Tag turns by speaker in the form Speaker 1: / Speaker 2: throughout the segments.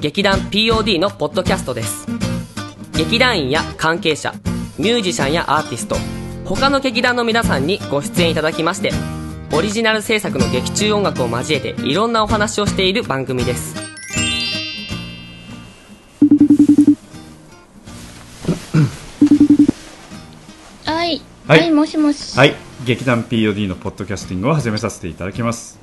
Speaker 1: 劇団 POD のポッドキャストです劇団員や関係者ミュージシャンやアーティスト他の劇団の皆さんにご出演いただきましてオリジナル制作の劇中音楽を交えていろんなお話をしている番組です
Speaker 2: はい。
Speaker 3: は
Speaker 2: はいい、もしもし。
Speaker 3: はい、劇団 POD のポッドキャスティングを始めさせていただきます。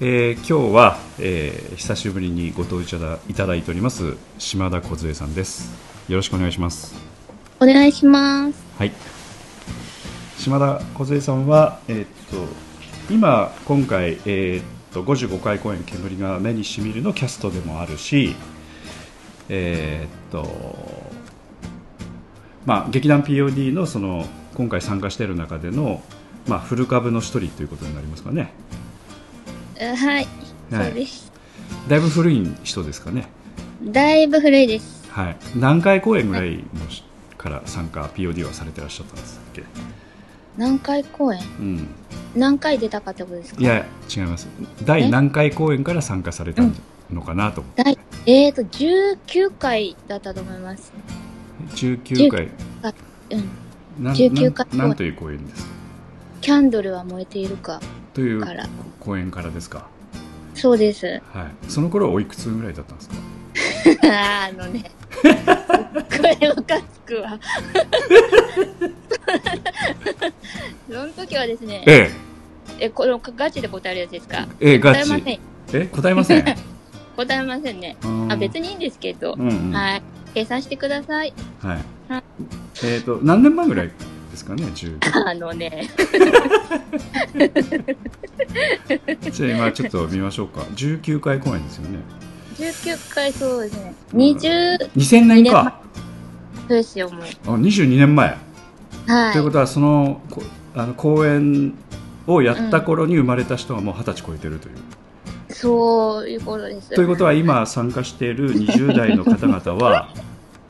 Speaker 3: えー今日は、えー久しぶりにご登場いただいております島田梢さんです。よろしくお願いします。
Speaker 2: お願いします。
Speaker 3: はい。島田梢さんはえーっと今今回えーっと55回公演煙が目にしみるのキャストでもあるし、えーっとまあ、劇団 POD のその今回参加している中での、まあ、フル株の一人ということになりますかね
Speaker 2: うはい。
Speaker 3: はい
Speaker 2: そうです。
Speaker 3: だいぶ古い人ですかね、
Speaker 2: だいぶ古いです。
Speaker 3: はい、何回公演ぐらいのしから参加 POD はされてらっしゃったんですっけ、
Speaker 2: 何回公演
Speaker 3: うん、
Speaker 2: 何回出たかってことですか
Speaker 3: いや違います第何回公演から参加されたんじゃのかなと思って、
Speaker 2: だいえーと、19回だったと思います。
Speaker 3: 19
Speaker 2: う
Speaker 3: 回
Speaker 2: ん。
Speaker 3: なん
Speaker 2: 19回公演
Speaker 3: なんなんという公演です
Speaker 2: キャンドルは燃えているか。
Speaker 3: という
Speaker 2: から
Speaker 3: 公演からですか、
Speaker 2: そう です。
Speaker 3: はい、その頃はおいくつぐらいだったんですか
Speaker 2: あのね。これムカつく わ。その時はですね、
Speaker 3: え
Speaker 2: え、このガチで答えるやつですか
Speaker 3: えええガ
Speaker 2: 答えませ
Speaker 3: チ
Speaker 2: ん。
Speaker 3: え答えません
Speaker 2: 答えませんね。 あ、別にいいんですけど。
Speaker 3: うんうん
Speaker 2: はい。計算してください。
Speaker 3: はい
Speaker 2: はい。
Speaker 3: えっ、と、何年前ぐらいですかね、10。
Speaker 2: あのね、
Speaker 3: じゃあ今ちょっと見ましょうか。19回公演ですよね。
Speaker 2: 19回そうですね。20、そう
Speaker 3: 2000年か。
Speaker 2: ですよ、もう。
Speaker 3: あ22年前。
Speaker 2: はい。
Speaker 3: ということは、その、こあの公演をやった頃に生まれた人はもう20歳超えてるという。
Speaker 2: そういうことです。
Speaker 3: ということは、今参加している20代の方々 は、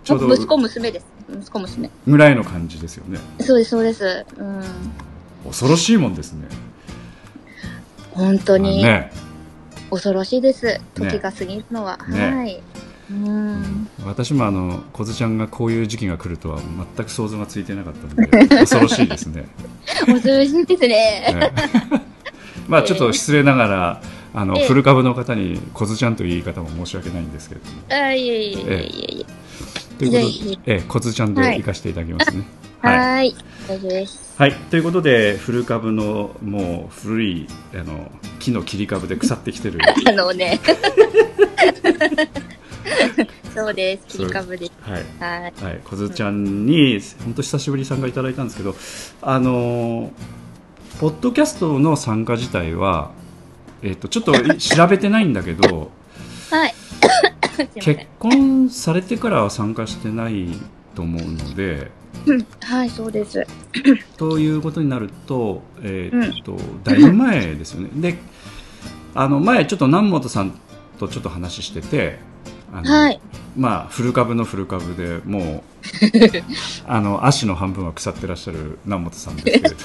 Speaker 3: ちょうど
Speaker 2: 息子娘です。息子娘。
Speaker 3: ぐらいの感じですよね。
Speaker 2: そうです、そうです。うん。
Speaker 3: 恐ろしいもんですね。
Speaker 2: 本当に
Speaker 3: あのね。
Speaker 2: 恐ろしいです。時が過ぎるのは。
Speaker 3: ね
Speaker 2: はい。うん。
Speaker 3: 私もあの小津ちゃんがこういう時期が来るとは全く想像がついてなかったの で恐ろしいですね。
Speaker 2: 恐ろしいですね。
Speaker 3: ええまあちょっと失礼ながら、あの、
Speaker 2: ええ
Speaker 3: フル株の方に「こずちゃん」という言い方も申し訳ないんですけれども。
Speaker 2: あ、いえいえいえいえいえ。
Speaker 3: ということで
Speaker 2: いえい、
Speaker 3: ええ、こずちゃんで
Speaker 2: はい
Speaker 3: 行かせていただきますね。はい
Speaker 2: はい。大丈夫です。
Speaker 3: はい、ということでフル株のもう古いあの木の切り株で腐ってきてる、
Speaker 2: あのね。 そうです。切り株です。
Speaker 3: はい
Speaker 2: はい。
Speaker 3: はい、こずちゃんに本当久しぶりに参加いただいたんですけどあのーポッドキャストの参加自体は、えっとちょっと 調べてないんだけど
Speaker 2: はい。すいません
Speaker 3: 結婚されてからは参加してないと思うので
Speaker 2: はい、そうです。
Speaker 3: ということになると,、えーっとだいぶ前ですよね。であの前ちょっと南本さんとちょっと話しててあの、
Speaker 2: はい。
Speaker 3: まあフル株のフル株で もうあの足の半分は腐ってらっしゃる南本さんです けれど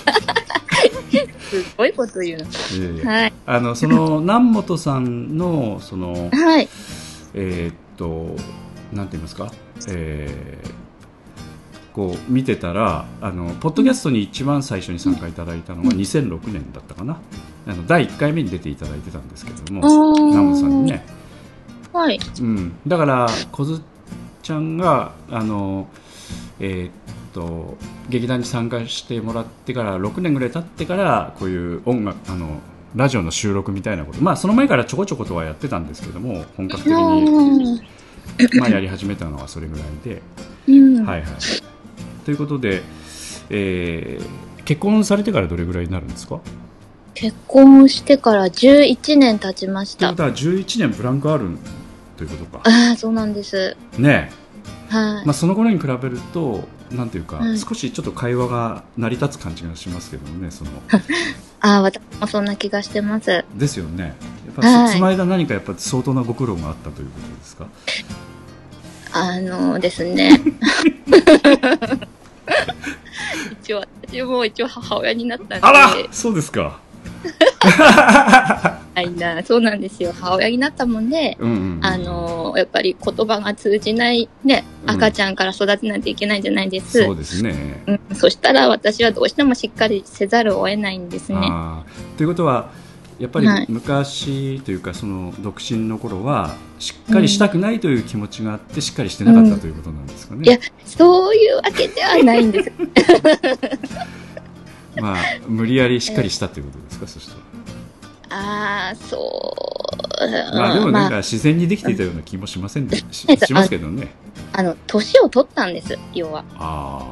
Speaker 2: すごいこと言う
Speaker 3: いやい
Speaker 2: の。
Speaker 3: や
Speaker 2: はい。
Speaker 3: あのその南本さんのその
Speaker 2: はい。
Speaker 3: えーっとなんて言いますか、えーこう見てたらあのポッドキャストに一番最初に参加いただいたのが2006年だったかなあの第1回目に出ていただいてたんですけども
Speaker 2: おー
Speaker 3: 南本さんにね、
Speaker 2: はい。
Speaker 3: うん、だからこずちゃんがあのえーっと劇団に参加してもらってから6年ぐらい経ってからこういう音楽あのラジオの収録みたいなことまあその前からちょこちょことはやってたんですけども本格的にまあ、やり始めたのはそれぐらいで。
Speaker 2: うん。
Speaker 3: はいはい、ということで、えー結婚されてからどれぐらいになるんですか
Speaker 2: 結婚してから11年経ちまし
Speaker 3: とい
Speaker 2: た
Speaker 3: うこ。とは11年ブランクあるんということか
Speaker 2: ああ、そうなんです。
Speaker 3: ねえ
Speaker 2: はい。
Speaker 3: まあ、その頃に比べるとなんていうか、
Speaker 2: うん
Speaker 3: 少しちょっと会話が成り立つ感じがしますけども ねその
Speaker 2: ああ、私もそんな気がしてます。
Speaker 3: ですよねやっぱ
Speaker 2: はい
Speaker 3: そその間何かやっぱ相当なご苦労があったということですか
Speaker 2: あのですね。 一応、私も一応母親になったんで。
Speaker 3: あらそうですか
Speaker 2: はいな、そうなんですよ。母親になったもんで、
Speaker 3: うんうんうん
Speaker 2: あの、やっぱり言葉が通じないね、
Speaker 3: うん
Speaker 2: 赤ちゃんから育てないといけないじゃないです。
Speaker 3: そうですね
Speaker 2: うん、そしたら私はどうしてもしっかりせざるを得ないんですね。
Speaker 3: あーということはやっぱり
Speaker 2: はい
Speaker 3: 昔というかその独身の頃はしっかりしたくないという気持ちがあってしっかりしてなかったということなんですかね、
Speaker 2: いやそういうわけではないんです。
Speaker 3: まあ無理やりしっかりしたということですか、そして
Speaker 2: ああ、そう。
Speaker 3: まあでも
Speaker 2: ま
Speaker 3: なん
Speaker 2: あ、
Speaker 3: か自然にできていたような気もしませんで、 ししますけどね。
Speaker 2: あの、年を取ったんです、要は。
Speaker 3: あ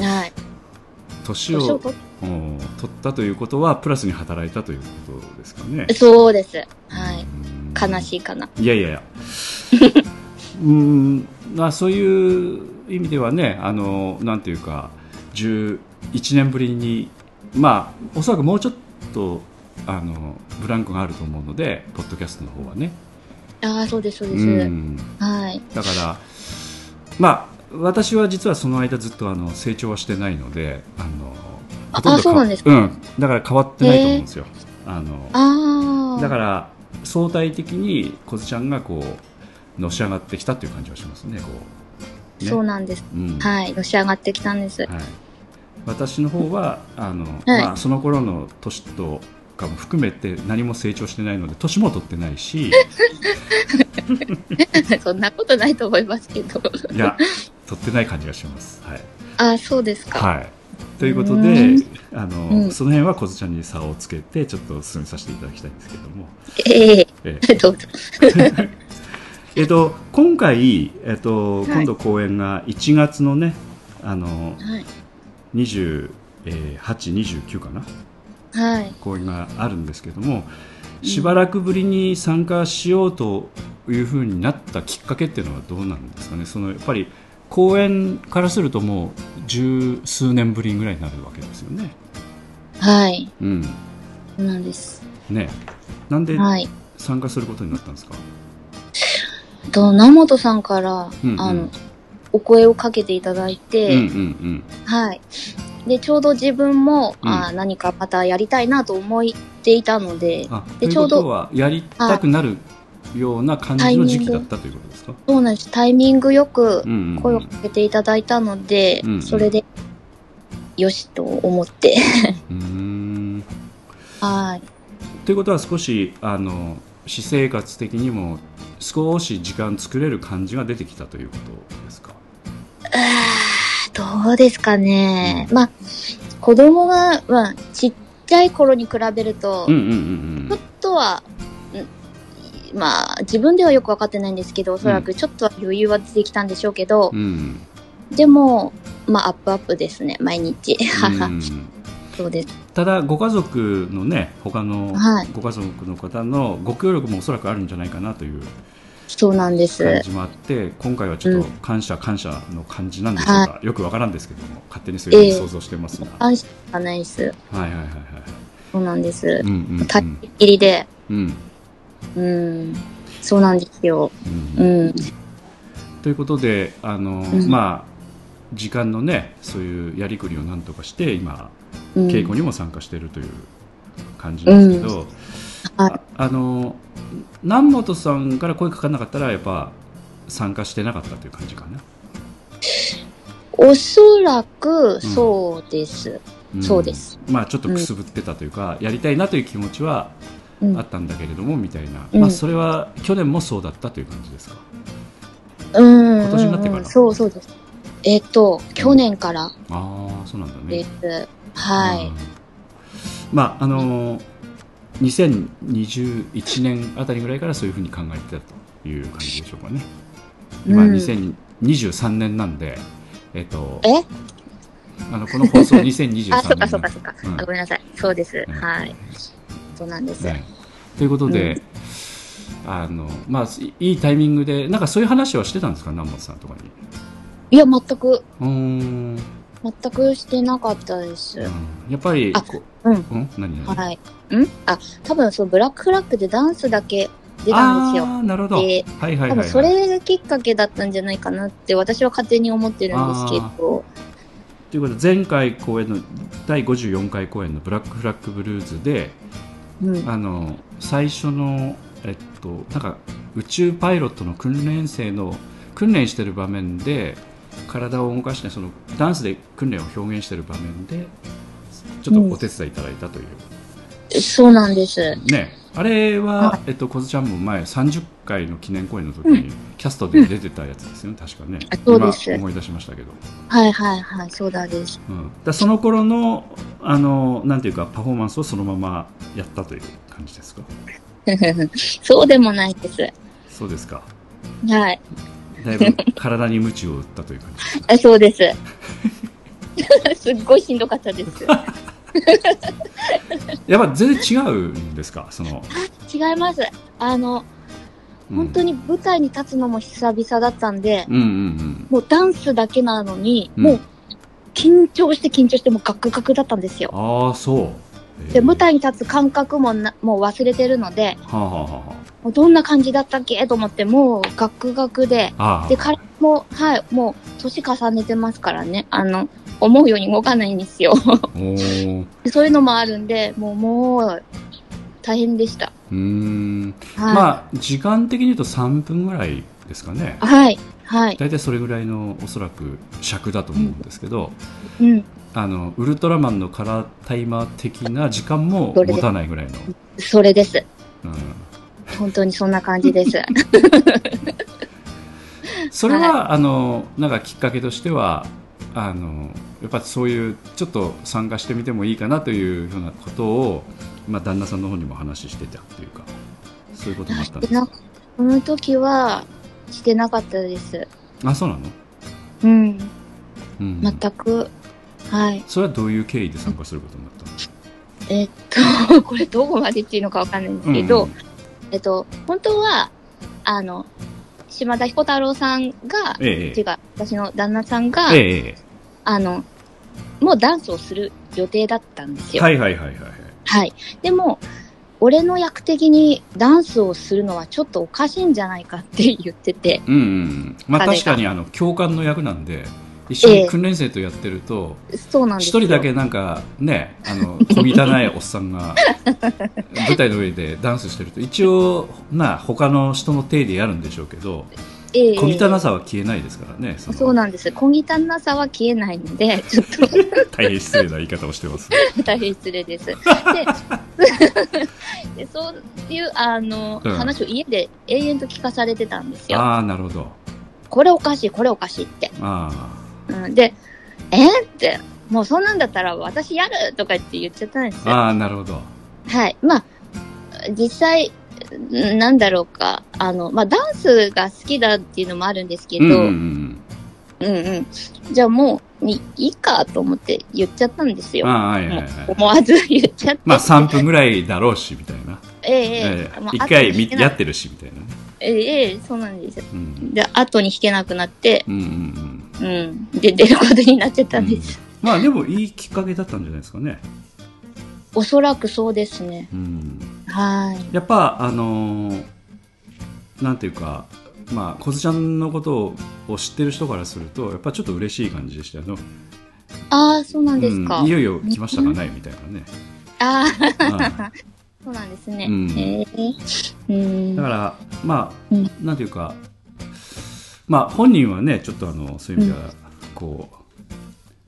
Speaker 3: あ、
Speaker 2: はい。
Speaker 3: 年
Speaker 2: 年を
Speaker 3: を
Speaker 2: 取っ
Speaker 3: うん取ったということはプラスに働いたということですかね。
Speaker 2: そうです。はい。悲
Speaker 3: い。
Speaker 2: しいかな。
Speaker 3: いや いやいや。うーん、まあそういう意味ではね、あのなんていうか11年ぶりに、まあおそらくもうちょっとあのブランクがあると思うので、ポッドキャストの方はね。
Speaker 2: ああ、そうです、そう
Speaker 3: う
Speaker 2: です。
Speaker 3: ん。
Speaker 2: はい。
Speaker 3: だから、まあ、私は実はその間ずっとあの成長はしてないので、あのほとど
Speaker 2: あそうなんですか
Speaker 3: うん、だから変わってないと思うんですよ。あの
Speaker 2: ああ。
Speaker 3: だから相対的に小津ちゃんがこうのし上がってきたという感じがしますね。こうね
Speaker 2: そうなんです。
Speaker 3: うん
Speaker 2: はい。のし上がってきたんです。
Speaker 3: はい私の方はあの、まあ、その頃の年とかも含めて何も成長してないので年も取ってな いし
Speaker 2: そんなことないと思いますけど。
Speaker 3: いや取ってない感じがします。はい
Speaker 2: ああ、そうですか。
Speaker 3: はい。ということ
Speaker 2: う
Speaker 3: で
Speaker 2: ー、
Speaker 3: あの、
Speaker 2: うん
Speaker 3: その辺は小津ちゃんに差をつけて、ちょっと進めさせていただきたいんですけども。
Speaker 2: え
Speaker 3: え
Speaker 2: えどうぞ。
Speaker 3: えっと、今回、えっと、
Speaker 2: い
Speaker 3: 今度公演が1月のね、あの、
Speaker 2: はい。
Speaker 3: 28、29かな、
Speaker 2: はい。
Speaker 3: 公演があるんですけども、しばらくぶりに参加しようというふうになったきっかけっていうのはどうなんですかね。その、やっぱり、公演からするともう十数年ぶりぐらいになるわけですよね。
Speaker 2: はい。
Speaker 3: うん。
Speaker 2: そうなんです。
Speaker 3: ねなんで
Speaker 2: はい。
Speaker 3: 参加することになったんですか、
Speaker 2: と、名本さんから、
Speaker 3: うんうん
Speaker 2: あの、お声をかけていただいて、
Speaker 3: うんうん
Speaker 2: はい。で、ちょうど自分も、
Speaker 3: うん
Speaker 2: あー何かまたやりたいなと思っていたので
Speaker 3: うん、あ
Speaker 2: で
Speaker 3: という
Speaker 2: ちょ
Speaker 3: こ
Speaker 2: うど
Speaker 3: とはやりたくなるような感じの時期だったということですか
Speaker 2: そうなんです。タイミングよく
Speaker 3: うんうんうん
Speaker 2: 声をかけていただいたので、
Speaker 3: うんうん
Speaker 2: それで、よしと思って。
Speaker 3: うーん
Speaker 2: はい。
Speaker 3: ということは少しあの私生活的にも少し時間作れる感じが出てきたということですか
Speaker 2: どうですかね。まあ、子供が、まあ、ちっちゃい頃に比べると、
Speaker 3: うんうんうん
Speaker 2: ちょっとは、んまあ、自分ではよくわかってないんですけど、おそらくちょっとは余裕は出てきたんでしょうけど
Speaker 3: う、ん
Speaker 2: でも、まあ、アップアップですね、毎日。
Speaker 3: うん
Speaker 2: そうです。
Speaker 3: ただご家族のね他の
Speaker 2: はい
Speaker 3: ご家族の方のご協力もおそらくあるんじゃないかなという
Speaker 2: そうなんです。
Speaker 3: 感じもあって今回はちょっと感謝感謝の感じなんでしょうか、よくわからんですけども勝手にそういうふうに想像してますが、
Speaker 2: 安心がないです。
Speaker 3: はいはいはいはい
Speaker 2: そうなんです
Speaker 3: うん。うん
Speaker 2: たっきりで、
Speaker 3: うんうん
Speaker 2: うん、そうなんですよ。
Speaker 3: う
Speaker 2: うんん。
Speaker 3: ということであの、
Speaker 2: ん
Speaker 3: まあ時間のねそういうやりくりをなんとかして今
Speaker 2: うん
Speaker 3: 稽古にも参加しているという感じなんですけど、
Speaker 2: はい
Speaker 3: ああの南本さんから声かかんなかったらやっぱ参加してなかったという感じかな、
Speaker 2: おそらく、そうです。
Speaker 3: ん
Speaker 2: そうです
Speaker 3: まあちょっとくすぶってたというか、やりたいなという気持ちは
Speaker 2: うん
Speaker 3: あったんだけれどもみたいな、
Speaker 2: うん
Speaker 3: まあ、それは去年もそうだったという感じですか、
Speaker 2: うん。
Speaker 3: 今年になってから
Speaker 2: うんそうそうです。えっと、去年から
Speaker 3: ああそうなんだ
Speaker 2: で
Speaker 3: ね
Speaker 2: す。は
Speaker 3: うん
Speaker 2: い。
Speaker 3: まああのー2021年あたりぐらいからそういうふうに考えてたという感じでしょうかね今
Speaker 2: うん
Speaker 3: 2023年なんで、えっと
Speaker 2: え
Speaker 3: あのこの放送2023年
Speaker 2: あ、そっかそっかそっか、
Speaker 3: うん
Speaker 2: あごめんなさい。そうです。
Speaker 3: うん
Speaker 2: はい。そうなんです。
Speaker 3: ねということで、あのまあいいいタイミングでなんかそういう話はしてたんですか南本さんとかに
Speaker 2: いや、全く、
Speaker 3: うーん、うん
Speaker 2: 全くしてなかったです。
Speaker 3: やっぱり
Speaker 2: あ
Speaker 3: こ
Speaker 2: うん。
Speaker 3: うん何何
Speaker 2: はい。んあ、多分そう、ブラックフラッグでダンスだけ出たんですよ。
Speaker 3: あーなるほど、
Speaker 2: で
Speaker 3: はいは
Speaker 2: 多
Speaker 3: いはい、は
Speaker 2: 分
Speaker 3: い、
Speaker 2: それがきっかけだったんじゃないかなって私は勝手に思ってるんですけど、
Speaker 3: ということで前回公演の第54回公演の「ブラックフラッグブルーズで」
Speaker 2: うん、
Speaker 3: あの最初の、えっと、なんか宇宙パイロットの訓練生の訓練してる場面で体を動かしてそのダンスで訓練を表現してる場面でちょっとお手伝いいただいたという、
Speaker 2: そうなんです。
Speaker 3: ねあれは、えっと、こずちゃんも前30回の記念公演の時にキャストで出てたやつですよね、確かね
Speaker 2: あそうです
Speaker 3: 今思い出しましたけど
Speaker 2: はいはいはい、そうだです。
Speaker 3: うん、だその頃のあのなんていうかパフォーマンスをそのままやったという感じですか
Speaker 2: そうでもないです。
Speaker 3: そうですか
Speaker 2: はい。
Speaker 3: だ いぶ体に鞭を打ったという感じですか
Speaker 2: あそう です。 すっごいしんどかったです。
Speaker 3: やっぱ全然違うんですかその、
Speaker 2: 違います。あの、
Speaker 3: うん、
Speaker 2: 本当
Speaker 3: に
Speaker 2: に舞台に立つのも久々だったんで、
Speaker 3: うんうん
Speaker 2: もうダンスだけなのに、
Speaker 3: うん
Speaker 2: もう緊張して緊張して、もうガクガクだったんですよ。
Speaker 3: うんああそう、えー
Speaker 2: で、舞台に立つ感覚もなもう忘れてるので、
Speaker 3: はあ、はあはあは
Speaker 2: もうどんな感じだったっけと思って、もうガクガクで、
Speaker 3: あ、ああ
Speaker 2: で、体も、はい、もう年重ねてますからね、あの、思うように動かないんですよ。
Speaker 3: おー
Speaker 2: でそういうのもあるんで、もう、もう、大変でした。
Speaker 3: うーん
Speaker 2: はい。
Speaker 3: まあ時間的に言うと3分ぐらいですかね
Speaker 2: はい、はい。
Speaker 3: 大体それぐらいのおそらく尺だと思うんですけど、
Speaker 2: うん。
Speaker 3: あのウルトラマンのカラータイマー的な時間も
Speaker 2: どれで
Speaker 3: 持たないぐらいの、
Speaker 2: それです。
Speaker 3: うん、
Speaker 2: 本当にそんな感じです。
Speaker 3: それは、あのなんかきっかけとしてはあのやっぱそういうちょっと参加してみてもいいかなというようなことを、まあ、旦那さんの方にも話してたっていうかそういうこともあったんです
Speaker 2: な
Speaker 3: か
Speaker 2: んかその時は、してなかったです。
Speaker 3: あそうなの、
Speaker 2: うん。
Speaker 3: うん、
Speaker 2: 全く。はい。
Speaker 3: それはどういう経緯で参加することになったんですか
Speaker 2: えっと、 これどこまで言っていいのかわかんないんですけど、
Speaker 3: うん
Speaker 2: えっと、本当は、あの、島田彦太郎さんが、
Speaker 3: えええ
Speaker 2: 違う、私の旦那さんが、
Speaker 3: えええ
Speaker 2: あの、もうダンスをする予定だったんです
Speaker 3: え
Speaker 2: よ。
Speaker 3: はいはいはいはいはい
Speaker 2: はい。でも、俺の役的にダンスをするのはちょっとおかしいんじゃないかって言ってて、
Speaker 3: うんうんまあ
Speaker 2: 彼が
Speaker 3: 確かにあの教官の役なんで一緒
Speaker 2: え
Speaker 3: に
Speaker 2: え
Speaker 3: 訓練生とやってると、
Speaker 2: そうなんです
Speaker 3: 一
Speaker 2: よ。
Speaker 3: 人だ。けなんかねあの小汚いおっさ んが舞台の上でダンスしてると一応な他の人の手でやるんでしょうけど
Speaker 2: ええ
Speaker 3: 小汚さは消えないですからねその
Speaker 2: そうなんです。小汚さは消えないの で、ちょっ
Speaker 3: 大変失礼な言い方をしてます
Speaker 2: と大変失礼です。 でで、そういう、あの、
Speaker 3: うん
Speaker 2: 話を家で永遠と聞かされてたんですよ。
Speaker 3: ああなるほど
Speaker 2: これおかしい、これおかしいって。
Speaker 3: あ
Speaker 2: うん、で、えーって、もうそんなんだったら私やるとか言って言っちゃったんです
Speaker 3: あ
Speaker 2: よ。
Speaker 3: ああなるほど
Speaker 2: はい。まあ、実際、んなんだろうか、あの、まあ、ダンスが好きだっていうのもあるんですけど、
Speaker 3: うん
Speaker 2: う
Speaker 3: うんん
Speaker 2: う
Speaker 3: う
Speaker 2: ん、
Speaker 3: ん
Speaker 2: じゃあもう、にいいかと思って言っちゃったんです
Speaker 3: あ
Speaker 2: よ。
Speaker 3: あはいはいはい
Speaker 2: 思わず言っちゃって。
Speaker 3: まあ3分ぐらいだろうしみたいな、
Speaker 2: ええ
Speaker 3: え
Speaker 2: ええ
Speaker 3: え
Speaker 2: まあ
Speaker 3: 一回み
Speaker 2: 後に引けな
Speaker 3: やってるしみたいなね
Speaker 2: ええええそうなんですよ。
Speaker 3: うん
Speaker 2: で、後に弾けなくなって、
Speaker 3: うんうんうん
Speaker 2: うん。で、出ることになっちゃったんです。
Speaker 3: まあでもいいきっかけだったんじゃないですかね、
Speaker 2: おそらくそうですね。
Speaker 3: うん、
Speaker 2: はい。
Speaker 3: やっぱあのーなんていうかまあ小津ちゃんのことを知ってる人からするとやっぱちょっと嬉しい感じでしたよね
Speaker 2: ああ、そうなんですか。
Speaker 3: うんいよいよ来ましたかねみたいなね、
Speaker 2: ああ、
Speaker 3: う
Speaker 2: そうなんですね。
Speaker 3: うん
Speaker 2: へえうん
Speaker 3: んだからまあ、
Speaker 2: うん
Speaker 3: なんていうかまあ本人はねちょっとあのそういう意味ではこ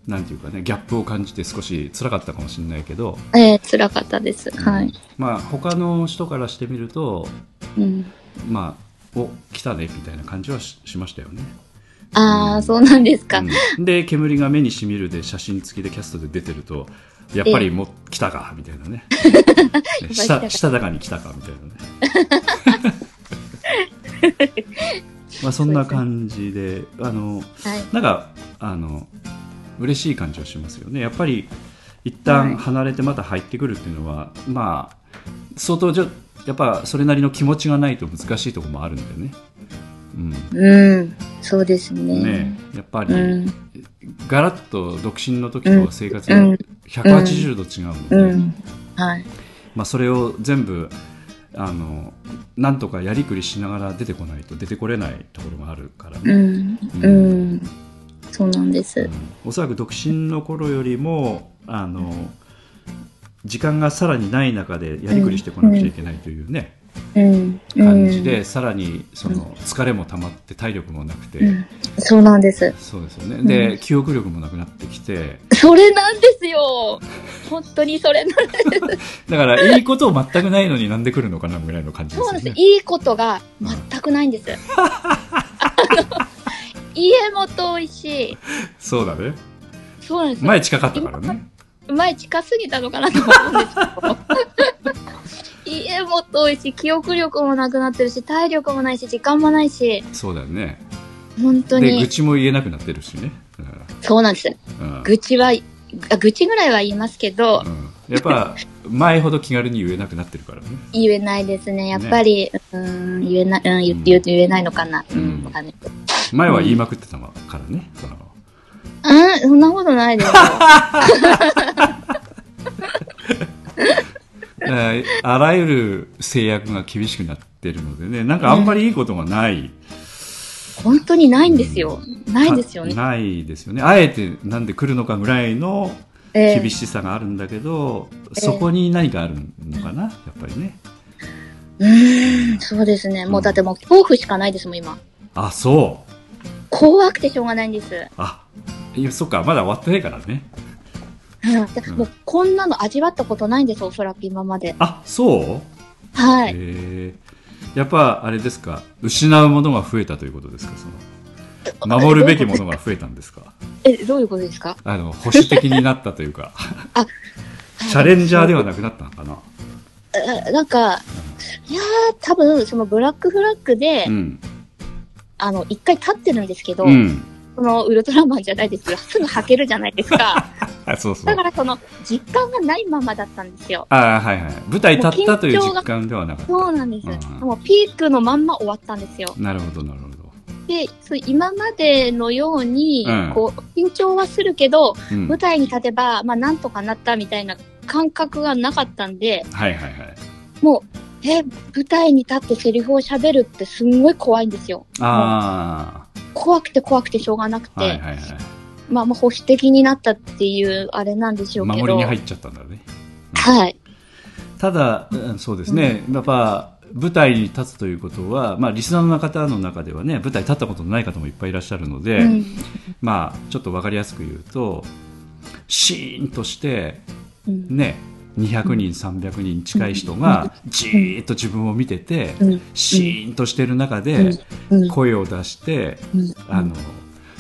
Speaker 3: う、なんていうかねギャップを感じて少し辛かったかもしれないけど、
Speaker 2: ええ辛かったです。は
Speaker 3: うん
Speaker 2: い。
Speaker 3: まあ他の人からしてみると
Speaker 2: うん、
Speaker 3: まあお来たねみたいな感じはししましたよね。
Speaker 2: あ
Speaker 3: うん
Speaker 2: あ、そうなんですか。
Speaker 3: うんで煙が目にしみるで写真付きでキャストで出てるとやっぱりもう来たかみたいな ねしたしたたかに来たかみたいなね まあそんな感じであの
Speaker 2: はい。
Speaker 3: なんかあの嬉しい感じはしますよねやっぱり一旦離れてまた入ってくるっていうのは、まあ相当じゃやっぱそれなりの気持ちがないと難しいところもあるんだよね。うん
Speaker 2: うん、そうですね。
Speaker 3: ねえやっぱり、
Speaker 2: うん、
Speaker 3: ガラッと独身の時と生活が
Speaker 2: うん
Speaker 3: 180度違うので、
Speaker 2: うん、はい。
Speaker 3: まあ、それを全部あのなんとかやりくりしながら出てこないと出てこれないところがあるからね、
Speaker 2: うん、うん、そうなんで
Speaker 3: う
Speaker 2: す
Speaker 3: ん。おそらく独身の頃よりもあの時間がさらにない中でやりくりしてこなくちゃいけないというね、
Speaker 2: うん、うん
Speaker 3: 感じで、、さらにその疲れも溜まって体力もなくて、
Speaker 2: うん、そうなんです。
Speaker 3: そうですよねで、記憶力もなくなってきて
Speaker 2: それなんです よ。本当にそれなんです。
Speaker 3: だからいいこと全くないのになんで来るのかなぐらいの感じで
Speaker 2: そう
Speaker 3: す
Speaker 2: なん
Speaker 3: よ
Speaker 2: です
Speaker 3: ね。。
Speaker 2: いいことが全くないん です。あの家も遠いし、
Speaker 3: そうだね
Speaker 2: そうなんですよ。
Speaker 3: 前近かったからね。
Speaker 2: 前近すぎたのかなと思うんです けど。家も遠いし、記憶力もなくなってるし、体力もないし、時間もないし、
Speaker 3: そうだよね。
Speaker 2: 本当
Speaker 3: で、
Speaker 2: に
Speaker 3: 愚。痴も言えなくなってるしね。だか
Speaker 2: そうなんです。
Speaker 3: らうん
Speaker 2: 愚痴は、あ愚痴ぐらいは言いますけど、
Speaker 3: うんやっぱ、前ほど気軽に言えなくなってるからね。
Speaker 2: 言えないですね。やっぱり、うーん、言えない、うん、言言言えないのかな。う
Speaker 3: うん
Speaker 2: ん、わかんない。うん、
Speaker 3: 前は言いまくってたからね。その
Speaker 2: そんなことない ですよ。
Speaker 3: だからあらゆる制約が厳しくなってるのでね、なんかあんまりいいことがない。
Speaker 2: 本当にないんですよ。ないですよね。
Speaker 3: かないですよね。あえてなんで来るのかぐらいの
Speaker 2: ええ
Speaker 3: 厳しさがあるんだけど、そこに何かあるのかな、やっぱりね。
Speaker 2: うーん、そうですね。もうだってもう恐怖しかないですもん、今。
Speaker 3: あ、そう。
Speaker 2: 怖くてしょうがないんです。
Speaker 3: あ、いやそっか、まだ終わってないからね。
Speaker 2: うん、もうこんなの味わったことないんです、おそらく今まで。
Speaker 3: あ、そう
Speaker 2: は
Speaker 3: へ
Speaker 2: い。
Speaker 3: えやっぱあれですか失うものが増えたということですかその守るべきものが増えたんですか
Speaker 2: え、どういうことですか
Speaker 3: あの保守的になったとい うか チャ
Speaker 2: ン
Speaker 3: レンジャーではなくなったのかな
Speaker 2: なんか、いやー、多分、そのブラックフラッグで、
Speaker 3: うん
Speaker 2: あの、一回立ってるんですけど、
Speaker 3: うん
Speaker 2: そのウルトラマンじゃないですけど、すぐ履けるじゃないですか。
Speaker 3: あそう そ
Speaker 2: だ
Speaker 3: う
Speaker 2: からその、実感がないままだったんですよ。
Speaker 3: あーはいはい舞台立ったという実感ではなかっ
Speaker 2: そうなんです。
Speaker 3: うん
Speaker 2: もうピークのまんま終わったんですよ。
Speaker 3: たなるほどなるほど、
Speaker 2: で、そう今までのように、
Speaker 3: うん
Speaker 2: こう、緊張はするけど、
Speaker 3: うん、は
Speaker 2: 舞
Speaker 3: い
Speaker 2: 台に立てば、まあ、なんとかなったみたいな感覚がなかったんで、
Speaker 3: はいはい
Speaker 2: もう、え、舞台に立ってセリフを喋るってすんごい怖いんですよ。
Speaker 3: あ
Speaker 2: 怖くて怖くてしょうがなくて、
Speaker 3: あはいはいはい
Speaker 2: まあ、まあ、保守的になったっていう、あれなんでしょうけど。
Speaker 3: 守りに入っちゃったんだね
Speaker 2: はい。
Speaker 3: ただ、うんそうですね、やっぱ舞台に立つということは、まあ、リスナーの方の中ではね舞台に立ったことのない方もいっぱいいらっしゃるので、
Speaker 2: うん
Speaker 3: まあ、ちょっと分かりやすく言うとシーンとして、
Speaker 2: うん
Speaker 3: ね、200人、300人近い人がじーっと自分を見てて、
Speaker 2: うん
Speaker 3: シーンとしてる中
Speaker 2: う
Speaker 3: で
Speaker 2: んうん
Speaker 3: 声を出して、
Speaker 2: うん
Speaker 3: あの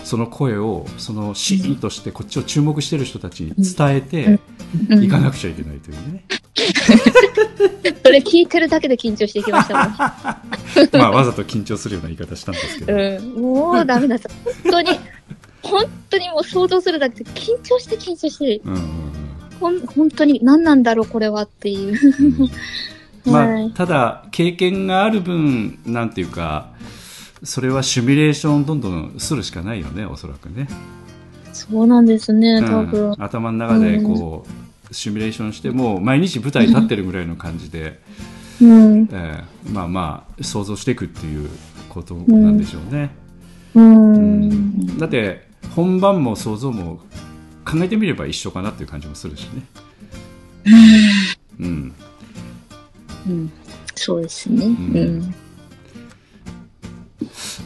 Speaker 3: その声をそのシーンとしてこっちを注目してる人たちに伝えて
Speaker 2: うん
Speaker 3: いかなくちゃいけないというね。
Speaker 2: それ聞いてるだけで緊張してきました
Speaker 3: まあ、わざと緊張するような言い方したんですけ
Speaker 2: も
Speaker 3: ど、
Speaker 2: ん。うん、もうダメだった。本 当に、本当にもう想像するだけで緊張して緊張して、
Speaker 3: うんうん
Speaker 2: ほん本当に何なんだろうこれはっていう。
Speaker 3: うんうん
Speaker 2: は
Speaker 3: まあ、
Speaker 2: い
Speaker 3: ただ経験がある分なんていうかそれはシミュレーションをどんどんするしかないよねおそらくね、
Speaker 2: そうなんですね、
Speaker 3: う
Speaker 2: 多分
Speaker 3: ん、。頭の中でこうシミュレーションしてもう毎日舞台立ってるぐらいの感じで、
Speaker 2: うん、
Speaker 3: えーまあまあ想像していくっていうことなんでしょうね、
Speaker 2: うん。
Speaker 3: だって本番も想像も考えてみれば一緒かなっていう感じもするしねうん
Speaker 2: うん、そうですね。うん。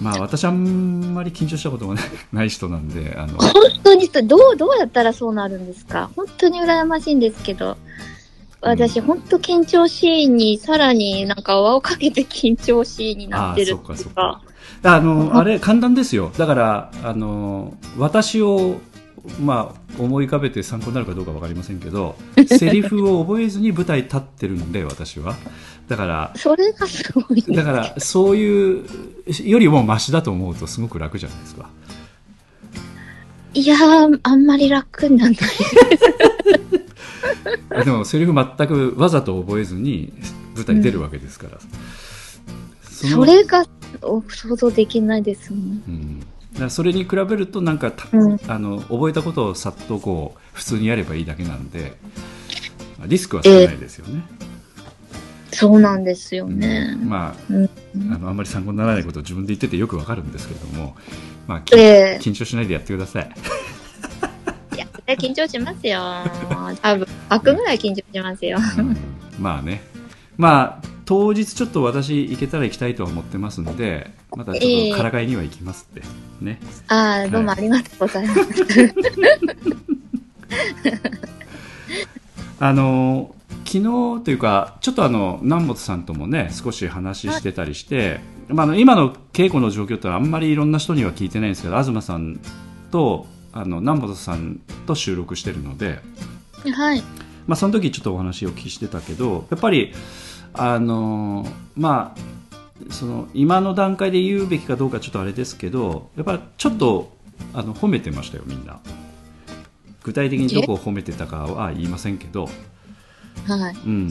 Speaker 3: まあ私あんまり緊張したことがないない人なんであの
Speaker 2: 本当にそう、どう、どうやったらそうなるんですか本当に羨ましいんですけど。私、本当緊張シーンに、さらになんか泡をかけて緊張シーンにな
Speaker 3: あ
Speaker 2: っ
Speaker 3: あ
Speaker 2: て
Speaker 3: そ
Speaker 2: る
Speaker 3: う
Speaker 2: って
Speaker 3: か
Speaker 2: い
Speaker 3: そうう
Speaker 2: か
Speaker 3: か。あのあれ簡単ですよだからあの私をまあ思い浮かべて参考になるかどうかわかりません けどセリフを覚えずに舞台立ってるんで私はだから
Speaker 2: それがすごい。
Speaker 3: だからそういうよりもマシだと思うとすごく楽じゃないですか
Speaker 2: いやー、あんまり楽にならない。
Speaker 3: あでもセリフ全くわざと覚えずに舞台に出るわけですから、そ
Speaker 2: そ
Speaker 3: の
Speaker 2: れがお想像できないですもん。
Speaker 3: うん、だからそれに比べるとなんかた、
Speaker 2: うん
Speaker 3: あの覚えたことをさっとこう普通にやればいいだけなんでまあリスクは少ないですよね、
Speaker 2: そうなんですよね。
Speaker 3: まあ、
Speaker 2: うん
Speaker 3: あのあんまり参考にならないことを自分で言っててよくわかるんですけれども、まあ、き
Speaker 2: ええ
Speaker 3: 緊張しないでやってください
Speaker 2: いや、絶対緊張しますよ。 多分、悪ぐらい緊張しますよ。
Speaker 3: うん まあねまあ当日ちょっと私行けたら行きたいとは思ってますんでまたちょっとからかいには行きますってね
Speaker 2: ああ、どうもありがとうございます。
Speaker 3: あの昨日というかちょっとあの南本さんともね少し話してたりして、まあ、あの今の稽古の状況ってのはあんまりいろんな人には聞いてないんですけど東さんとあの南本さんと収録してるので、
Speaker 2: はい。
Speaker 3: まあ、その時ちょっとお話をお聞きしてたけどやっぱりあのまあその今の段階で言うべきかどうかちょっとあれですけどやっぱりちょっとあの褒めてましたよみんな具体的にどこを褒めてたかは言いませんけど
Speaker 2: はい。
Speaker 3: うん、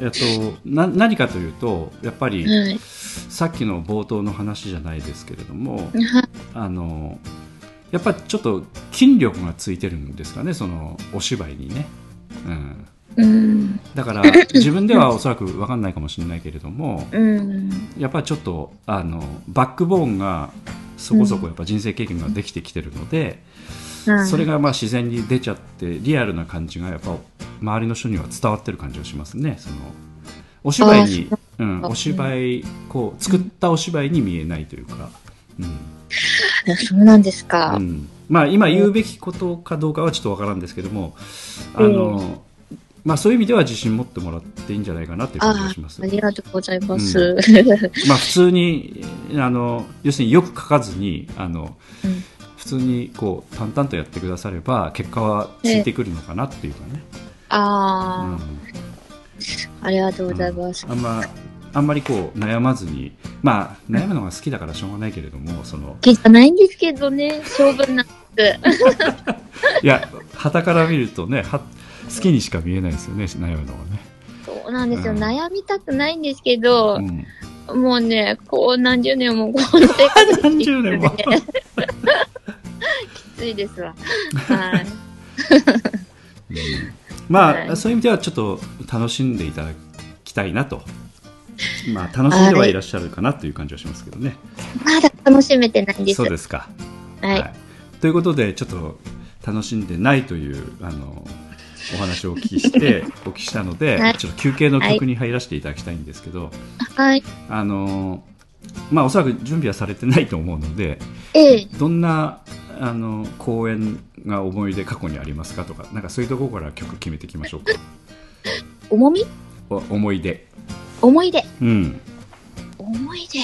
Speaker 3: えっとな何かというとやっぱり
Speaker 2: はい。
Speaker 3: さっきの冒頭の話じゃないですけれども
Speaker 2: はい
Speaker 3: あのやっぱちょっと筋力がついてるんですかねそのお芝居にね、うん、
Speaker 2: うん。
Speaker 3: だから自分ではおそらく分かんないかもしれないけれども
Speaker 2: うん。
Speaker 3: やっぱりちょっとあのバックボーンがそこそこやっぱ人生経験ができてきてるので、
Speaker 2: はい
Speaker 3: それがまあ自然に出ちゃってリアルな感じがやっぱ周りの人には伝わってる感じがしますねそのお芝居にうん、お芝居こう作ったお芝居に見えないというか、うん
Speaker 2: そうなんですか。
Speaker 3: うんまあ、今言うべきことかどうかはちょっとわからんですけどもあの、まあ、そういう意味では自信持ってもらっていいんじゃないかなっていう感じが
Speaker 2: あ
Speaker 3: します
Speaker 2: あ、あ。りがとうございます。
Speaker 3: うまあ、普通にあの要するによく書かずにあの、
Speaker 2: うん
Speaker 3: 普通にこう淡々とやってくだされば結果はついてくるのかなっていうかね、う
Speaker 2: ああ、
Speaker 3: ん
Speaker 2: ありがとうございます。
Speaker 3: あんまあんまりこう悩まずに、まあ、悩むのが好きだからしょうがないけれどもその
Speaker 2: 好きじゃないんですけどね、性分なんです。
Speaker 3: いや傍から見るとねは好きにしか見えないですよね悩むのはね。
Speaker 2: そうなんですよ。
Speaker 3: うん
Speaker 2: 悩みたくないんですけど
Speaker 3: う、ん
Speaker 2: もうね、こう何十年もこう生活
Speaker 3: 何十年も
Speaker 2: きついです わ。はい。
Speaker 3: まあ、
Speaker 2: はい
Speaker 3: そういう意味ではちょっと楽しんでいただきたいなと、まあ、楽しんではいらっしゃるかなという感じはしますけどね。
Speaker 2: まだ楽しめてないんです。
Speaker 3: そうですか、
Speaker 2: はい。
Speaker 3: ということでちょっと楽しんでないというあのお話をお聞きして お聞きしたので、
Speaker 2: はい
Speaker 3: ちょっと休憩の曲に入らせていただきたいんですけど、
Speaker 2: はい。
Speaker 3: あのまあ、おそらく準備はされてないと思うので
Speaker 2: ええ。
Speaker 3: どんなあの公演が思い出過去にありますかとかなんかそういうところから曲決めていきま しょうか。
Speaker 2: 重み
Speaker 3: お思い出
Speaker 2: 思い出。
Speaker 3: うん、
Speaker 2: 思い出。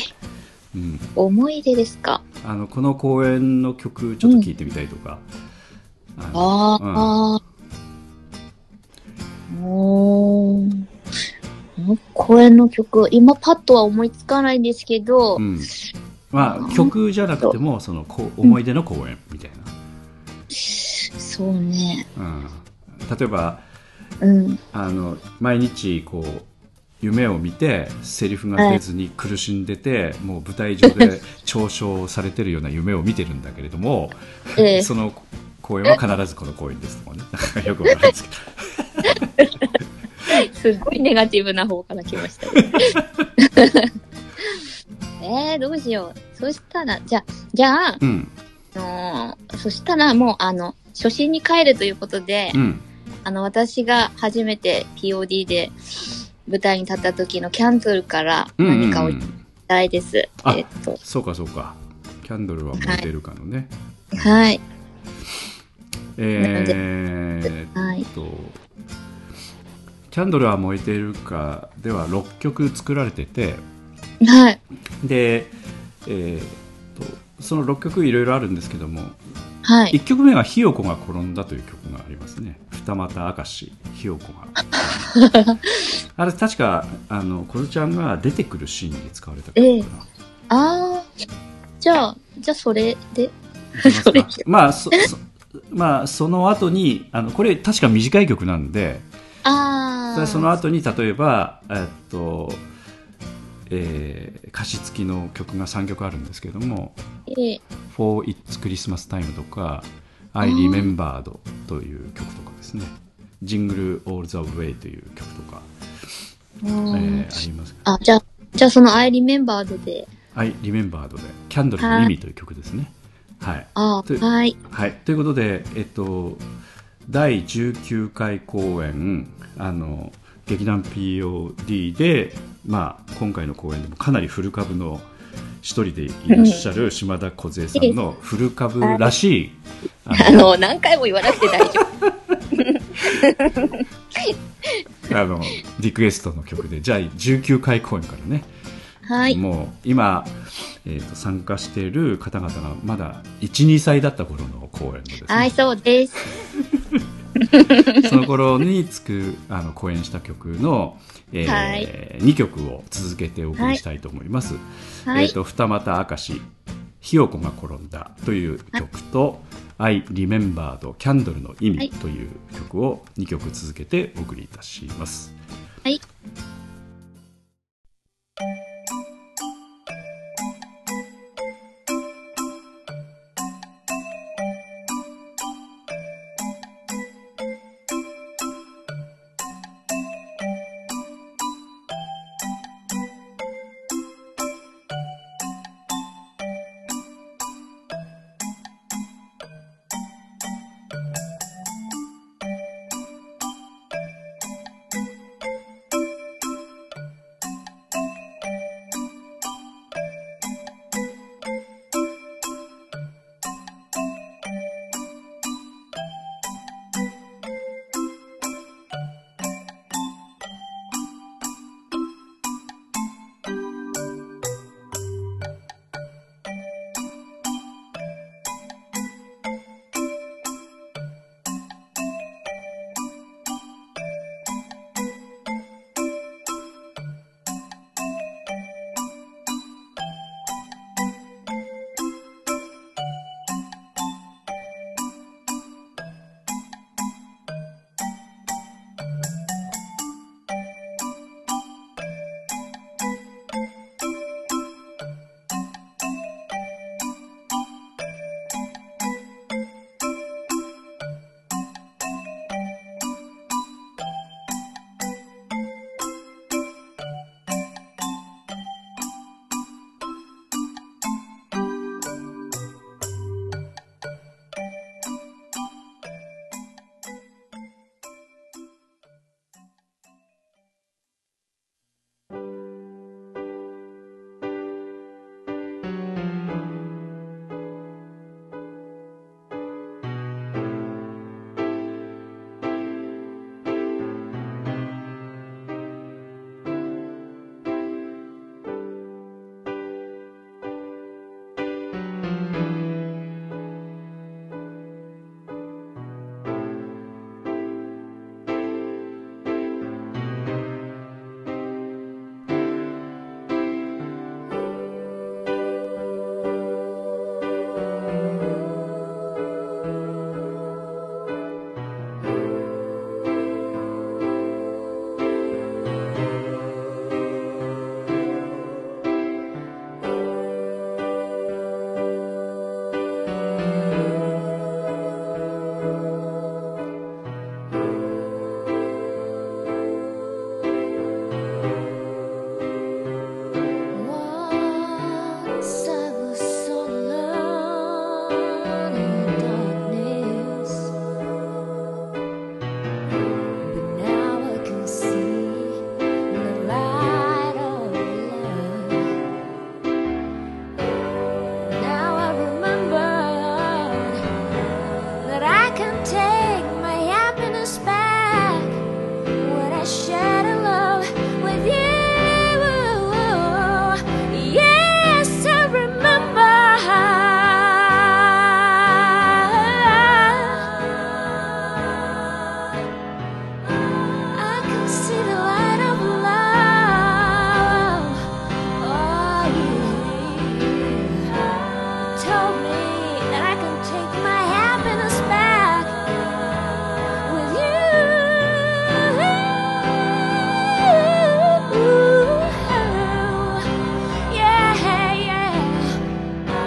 Speaker 3: うん、
Speaker 2: 思い出ですか。
Speaker 3: あのこの公演の曲ちょっと聞いてみたいとか、あの
Speaker 2: ああ。おーん。公演の曲、今パッとは思いつかないんですけど、
Speaker 3: うん、まあ曲じゃなくてもそのこう思い出の公演みたい
Speaker 2: そうね。
Speaker 3: な、うん、例えば
Speaker 2: うん。
Speaker 3: あの毎日こう夢を見てセリフが出ずに苦しんでて、もう舞台上 で嘲笑されてるような夢を見てるんだけれども、
Speaker 2: ええ
Speaker 3: その公演は必ずこの公演ですとかね よくわかるんないです け
Speaker 2: す
Speaker 3: ど
Speaker 2: っごいネガティブな方から来ま した、ね。えー、どうしよう。そしたら、じゃあ、じゃあ、
Speaker 3: うん
Speaker 2: あのーそしたらもう、あの、初心に帰るということで、
Speaker 3: うん
Speaker 2: あの、私が初めて POD で舞台に立った時のキャンドルから
Speaker 3: うんうんうん
Speaker 2: 何かをいただいです。
Speaker 3: あ
Speaker 2: えっと、
Speaker 3: そうかそうかキャンドルは燃えてるかのね、
Speaker 2: はい、
Speaker 3: え
Speaker 2: はい
Speaker 3: ー、っと「キャンドルは燃えているか」では6曲作られてて
Speaker 2: はい、
Speaker 3: で、えーっとその6曲いろいろあるんですけども
Speaker 2: はい。
Speaker 3: 1曲目は「ひよこが転んだ」という曲がありますね「二股明石ひよこが」 あれ確かあのコルちゃんが出てくるシーンで使われた曲かな、
Speaker 2: あー、じゃあ、じゃあそれで、
Speaker 3: いきますか
Speaker 2: それ
Speaker 3: まあそそまあその後にあのこれ確か短い曲なんで
Speaker 2: あ
Speaker 3: だからその後に例えば、えっとえー歌詞付きの曲が3曲あるんですけども
Speaker 2: ええ
Speaker 3: 「For It's Christmas Time」とか「I Remembered」という曲とかですね「Jingle All the Way」という曲とか、えーあります
Speaker 2: あ、じゃあ、じゃあそのアイリメンバードで。
Speaker 3: 「I Remembered」で「キャンドルの意味」という曲ですね。はい
Speaker 2: あ
Speaker 3: と
Speaker 2: はい。
Speaker 3: はい、ということで、えっと、第19回公演あの劇団 POD で、まあ、今回の公演でもかなり古株の一人でいらっしゃる島田梢さんの古株らしい
Speaker 2: あの、何回も言わなくて大丈夫。
Speaker 3: あのリクエストの曲でじゃあ19回公演からね
Speaker 2: はい。
Speaker 3: もう今、えっと参加している方々がまだ12歳だった頃の公演のですね
Speaker 2: はい、そうです。
Speaker 3: その頃につくあの公演した曲の、えー
Speaker 2: はい
Speaker 3: 2曲を続けてお送りしたいと思います。
Speaker 2: は
Speaker 3: えっ、
Speaker 2: い。
Speaker 3: と二股明石ひよこが転んだという曲と、I Remembered キャンドルの意
Speaker 2: はい
Speaker 3: 味という曲を2曲続けてお送りいたします。
Speaker 2: はい。
Speaker 4: Once I was so alone in darkness, but now I can see the light of love. Now I remember that I can take my happiness back. Would I share a love with you? Yes, I remember. I can see the light of love. Oh, you told me that I can take my happiness back with you. Oh, oh, oh.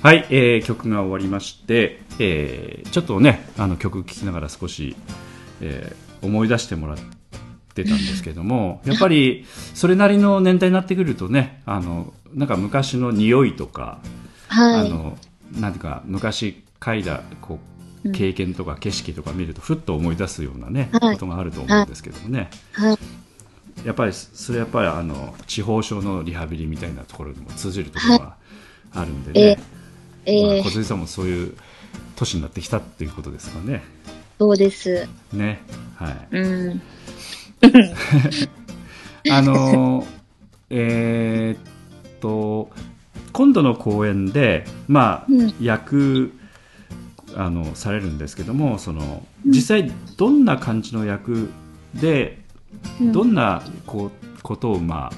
Speaker 3: はい、えー曲が終わりまして、えーちょっとねあの曲聴きながら少し、えー思い出してもらってたんですけ どもやっぱりそれなりの年代になってくるとねあのなんか昔の匂いとか、
Speaker 2: は
Speaker 3: あ
Speaker 2: い。
Speaker 3: のなんていうか昔嗅いだこ
Speaker 2: う
Speaker 3: うん経験とか景色とか見るとふっと思い出すようなね、
Speaker 2: はい
Speaker 3: ことがあると思うんですけどもね、
Speaker 2: はい。
Speaker 3: やっぱりそれやっぱりあの地方症のリハビリみたいなところにも通じるところがあるんでね。
Speaker 2: えええ
Speaker 3: ま
Speaker 2: え
Speaker 3: あ、小杉さんもそういう年になってきたっていうことですかね。
Speaker 2: そうです。
Speaker 3: ね。 はい。
Speaker 2: うん。
Speaker 3: あのーえーっと、今度の公演で、まあ、
Speaker 2: うん
Speaker 3: 役、あの、されるんですけども、その、実際どんな感じの役で、
Speaker 2: うん
Speaker 3: どんなこうことを、ま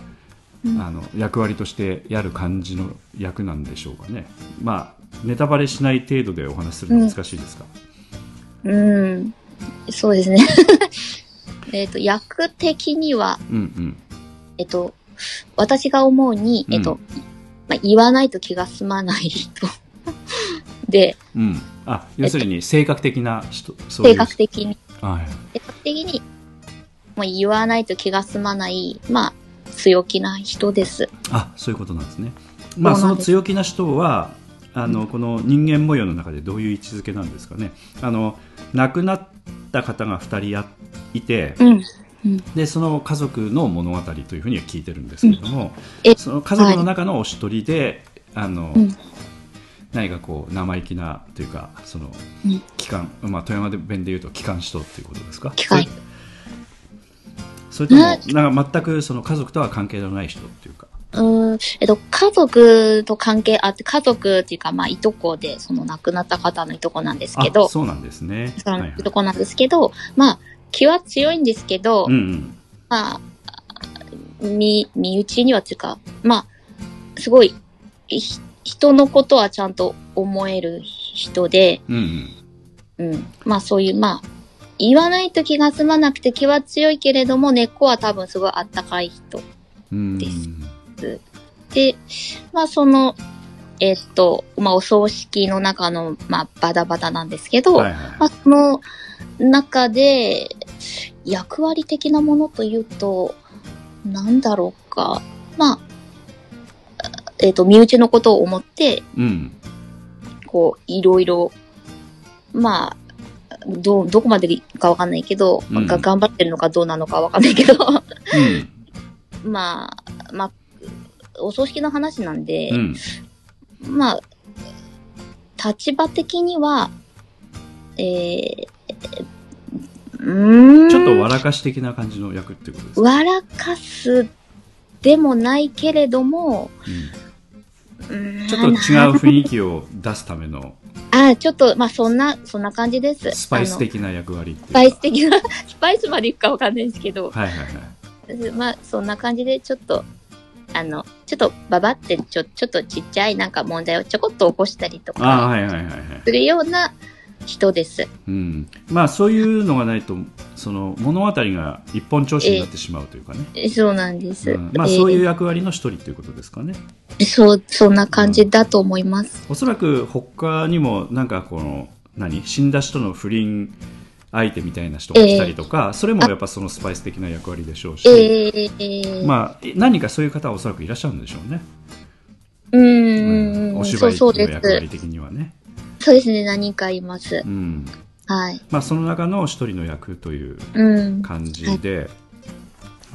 Speaker 3: あ、あの役割としてやる感じの役なんでしょうかね。まあネタバレしない程度でお話しするのは難しいですか。
Speaker 2: うん。そうですね。 えっと、役的には、
Speaker 3: うんうん。
Speaker 2: えっと、私が思うに、えっと、
Speaker 3: うん
Speaker 2: まあ、言わないと気が済まない人。 で、
Speaker 3: うん、あ要するに性格的な人、そういう
Speaker 2: 性格的に、
Speaker 3: はい、
Speaker 2: 性格的に、もう言わないと気が済まない、まあ、強気な人です。
Speaker 3: あそういうことなんですね、まあ、その強気な人はあのこの人間模様の中でどういう位置づけなんですかねあの亡くなった方が2人やいて
Speaker 2: うん。
Speaker 3: でその家族の物語というふうには聞いてるんですけども、
Speaker 2: え
Speaker 3: その家族の中のお一人で、あの
Speaker 2: うん
Speaker 3: 何かこう生意気なというかその、
Speaker 2: うん
Speaker 3: 機関まあ、富山弁で言うと機関士とっていうことですか
Speaker 2: 機関
Speaker 3: それとも
Speaker 2: ね
Speaker 3: なんか全くその家族とは関係のない人っていうか
Speaker 2: うん。えっと、家族と関係あって、家族っていうか、まあ、いとこで、その亡くなった方のいとこなんですけど
Speaker 3: あ、そうなんですね
Speaker 2: そ
Speaker 3: は
Speaker 2: の
Speaker 3: い
Speaker 2: い
Speaker 3: はい
Speaker 2: とこなんですけど、まあ、気は強いんですけど、
Speaker 3: うんうん
Speaker 2: まあ、身、身内にはっていうか、まあ、すごい、ひ人のことはちゃんと思える人で、
Speaker 3: うんうん
Speaker 2: うん。まあそういう、まあ、言わないと気が済まなくて気は強いけれども、根っこは多分すごいあったかい人。
Speaker 3: うん
Speaker 2: ですで、まあその、えっと、まあお葬式の中の、まあバタバタなんですけど、
Speaker 3: はいはい
Speaker 2: まあ、その中で、役割的なものというと、なんだろうか。まあ、えっ、と、身内のことを思って、
Speaker 3: うん
Speaker 2: こう、いろいろ、まあ、どう、どこまでかわかんないけど、
Speaker 3: うん
Speaker 2: が頑張ってるのかどうなのかわかんないけど、
Speaker 3: うん
Speaker 2: まあ、まあ、お葬式の話なんで、
Speaker 3: うん
Speaker 2: まあ、立場的には、えー、うーん。
Speaker 3: ちょっと笑かし的な感じの役っていうことですか、
Speaker 2: 笑かすでもないけれども、うー
Speaker 3: うんんちょっと違う雰囲気を出すための
Speaker 2: あ、ちょっと、まあ、そんな、そんな感じです。
Speaker 3: スパイ
Speaker 2: あ
Speaker 3: ス
Speaker 2: の
Speaker 3: 的な役割っていう
Speaker 2: ス
Speaker 3: か
Speaker 2: パイス的な、 スパイスまでいくかわかんないですけど、
Speaker 3: はいはいはい
Speaker 2: まあ、そんな感じで、ちょっと、あの、ちょっと、ババって、ちょ、ちょっとちっちゃいなんか問題をちょこっと起こしたりと
Speaker 3: あー
Speaker 2: か、
Speaker 3: はいはいはいはい
Speaker 2: するような人です。
Speaker 3: うん、まあそういうのがないとその物語が一本調子になってしまうというかね、
Speaker 2: そうなんです。
Speaker 3: うんまあそういう
Speaker 2: え
Speaker 3: 役割の一人ということですかね
Speaker 2: ーそう、そんな感じだと思います。
Speaker 3: おそらく他にもなんかこの何死んだ人の不倫相手みたいな人が来たりとか、それもやっぱそのスパイス的な役割でしょうし、
Speaker 2: えー、
Speaker 3: まあ何かそういう方はおそらくいらっしゃるんでしょうね、
Speaker 2: う
Speaker 3: う
Speaker 2: ーん、
Speaker 3: お
Speaker 2: そ
Speaker 3: 芝
Speaker 2: う
Speaker 3: 居
Speaker 2: そう
Speaker 3: の
Speaker 2: で
Speaker 3: 役割
Speaker 2: す。
Speaker 3: 的にはね
Speaker 2: そうですね、何人かいます
Speaker 3: う。ん
Speaker 2: はい。
Speaker 3: まあ、その中の一人の役という
Speaker 2: うん。
Speaker 3: 感じで、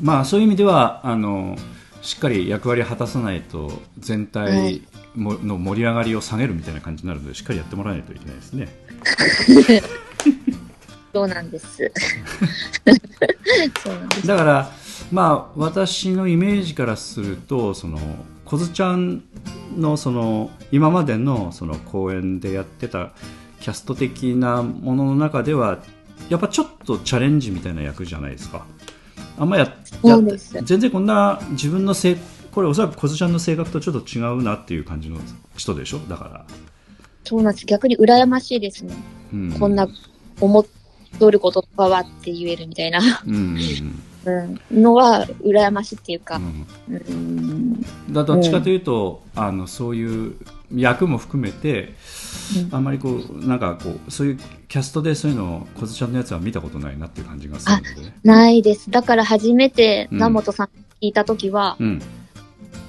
Speaker 3: まあそういう意味ではあのしっかり役割を果たさないと全体も、の盛り上がりを下げるみたいな感じになるのでしっかりやってもらわないといけないですね。
Speaker 2: そうなん です。そうなんです。
Speaker 3: だからまあ私のイメージからするとその小津ちゃんのその今までのその公演でやってたキャスト的なものの中ではやっぱちょっとチャレンジみたいな役じゃないですか。あんまやや
Speaker 2: そ
Speaker 3: っ
Speaker 2: うです
Speaker 3: 全然こんな自分のせいこれおそらく小津ちゃんの性格とちょっと違うなっていう感じの人でしょだから、
Speaker 2: そうなんです。逆に羨ましいですね。
Speaker 3: うん、
Speaker 2: こんな思っとることばわって言えるみたいな、
Speaker 3: うんうん
Speaker 2: うん、のは羨ましいっていう
Speaker 3: う
Speaker 2: か
Speaker 3: ん、う、ん
Speaker 2: うん、
Speaker 3: だどっちかというと、あのそういう役も含めてあんまりこうなんかこうそういうキャストでそういうのを小津ちゃんのやつは見たことないなっていう感じがするのでね、
Speaker 2: ないです。だから初めて、
Speaker 3: うん
Speaker 2: 名本さんに聞いたときは、
Speaker 3: うん、